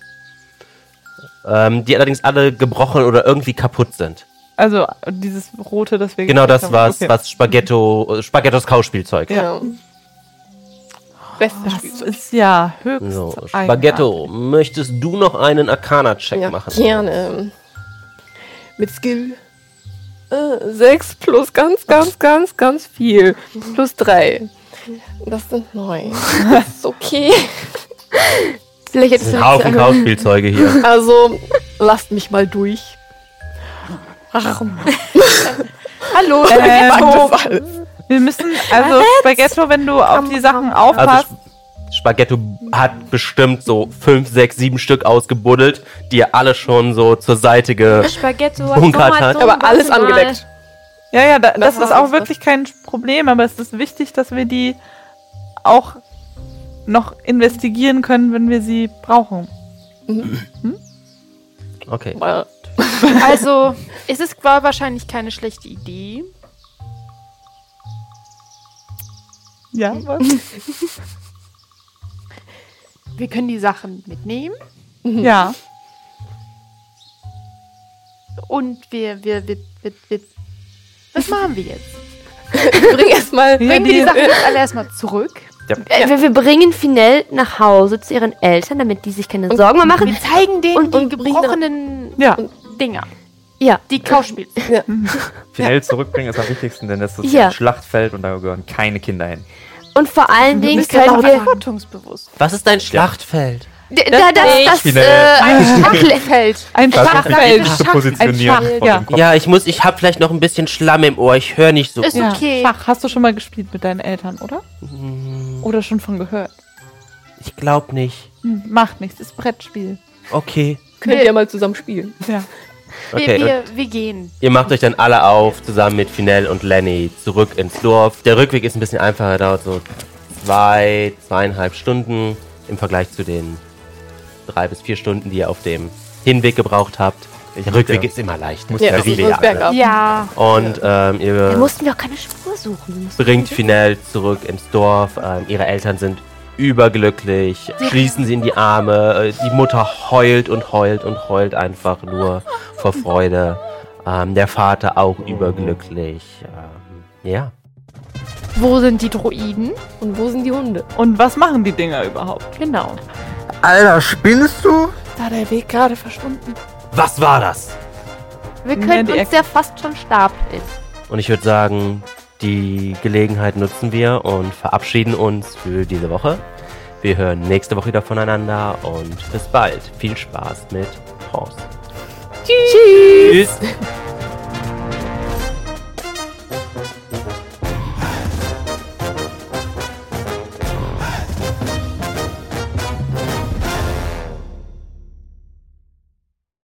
S2: Ähm, die allerdings alle gebrochen oder irgendwie kaputt sind.
S4: Also dieses rote, das wir
S2: Genau
S4: gekriegt
S2: das,
S4: haben.
S2: was,
S4: Okay.
S2: was Spaghetto, äh, Spaghettos Kauspielzeug.
S3: ja. Bestes
S4: Das
S3: Spiel.
S4: ist ja höchst
S2: So,
S4: eigenartig.
S2: Spaghetto, möchtest du noch einen Arcana-Check
S3: Ja,
S2: machen?
S3: gerne. Mit Skill. Äh, sechs plus ganz, ganz, ganz, ganz viel. Plus drei. Das sind neun. Das ist okay.
S5: Vielleicht
S2: Das
S5: hättest
S2: sind
S5: du
S2: ein Haufen Kauspielzeuge hier.
S3: Also, lasst mich mal durch.
S7: Hallo.
S4: Ähm,
S3: Angefallen.
S4: wir müssen, also Spaghetto, wenn du auf die Sachen aufpasst,
S2: Also Sp- Spaghetto hat bestimmt so fünf, sechs, sieben Stück ausgebuddelt, die ihr alle schon so zur Seite ge...
S5: Spaghetto
S2: Bunkert hat.
S3: Aber alles angeleckt.
S4: Ja, ja, da, das
S3: war
S4: ist auch
S3: das.
S4: wirklich kein Problem, aber es ist wichtig, dass wir die auch noch investigieren können, wenn wir sie brauchen.
S2: Okay.
S7: Also, es ist, war wahrscheinlich keine schlechte Idee.
S4: Ja, was?
S7: Wir können die Sachen mitnehmen
S4: ja.
S7: und wir, wir, wir, wir, wir was machen wir jetzt?
S5: Bring erstmal.
S4: Ja,
S7: Bringen wir die äh,
S4: die-
S7: Sachen jetzt alle erstmal zurück.
S5: Äh, wir, wir bringen Finell nach Hause zu ihren Eltern, damit die sich keine Sorgen mehr machen.
S7: Wir zeigen denen
S5: Und- und
S7: die
S5: bringen-
S7: gebrochenen
S4: Ja.
S7: Dinger,
S5: Ja.
S7: die Kauspiels.
S6: Finell zurückbringen ist am wichtigsten, denn das ist
S5: Ja.
S6: ein Schlachtfeld und da gehören keine Kinder hin.
S5: Und vor allen Dingen
S7: Bist du
S5: können wir.
S7: verantwortungsbewusst?
S2: Was ist dein Schlachtfeld?
S5: D- Da, das, das,
S6: Finell.
S5: äh,
S7: Schachtelfeld.
S4: Ein
S6: Das ist
S4: Schachfeld.
S6: wichtig zu positionieren
S4: Schach,
S6: vor
S4: ja.
S6: dem Kopf.
S2: Ja, ich muss, ich hab vielleicht noch ein bisschen Schlamm im Ohr. Ich höre nicht so.
S7: Ist okay.
S4: Schach hast du schon mal gespielt mit deinen Eltern, oder? Oder schon von gehört?
S2: Ich glaub nicht.
S4: Hm, macht nichts, ist Brettspiel.
S2: Okay.
S7: Nee.
S3: Könnt ihr mal zusammen spielen.
S4: Ja.
S2: Okay.
S7: Wir,
S2: und
S7: wir, wir gehen.
S2: Ihr macht euch dann alle auf, zusammen mit Finell und Lenny, zurück ins Dorf. Der Rückweg ist ein bisschen einfacher, dauert so zwei, zweieinhalb Stunden im Vergleich zu den drei bis vier Stunden, die ihr auf dem Hinweg gebraucht habt. Der
S6: muss
S2: Rückweg
S6: ja-
S2: ist immer leicht.
S6: muss
S2: Das
S6: ja
S2: wisst
S6: wieder
S2: ihr
S3: muss
S2: alle.
S3: bergab.
S7: Ja.
S2: Und ähm,
S5: Da
S2: ihr
S5: mussten wir auch keine Spur suchen. Wir mussten-
S2: bringt Finell zurück ins Dorf. Ähm, ihre Eltern sind überglücklich, schließen sie in die Arme. Äh, Die Mutter heult und heult und heult einfach nur vor Freude. Ähm, der Vater auch überglücklich. Ähm, ja.
S7: Wo sind die Droiden?
S3: Und wo sind die Hunde?
S4: Und was machen die Dinger überhaupt?
S7: Genau.
S8: Alter, spinnst du?
S4: Da der Weg gerade verschwunden.
S2: Was war das?
S5: Wir
S4: Ja,
S5: können
S4: die
S5: uns
S4: Ecke.
S5: ja fast schon stapeln.
S2: Und ich würde sagen, die Gelegenheit nutzen wir und verabschieden uns für diese Woche. Wir hören nächste Woche wieder voneinander und bis bald. Viel Spaß mit Horst. Tschüss. Tschüss.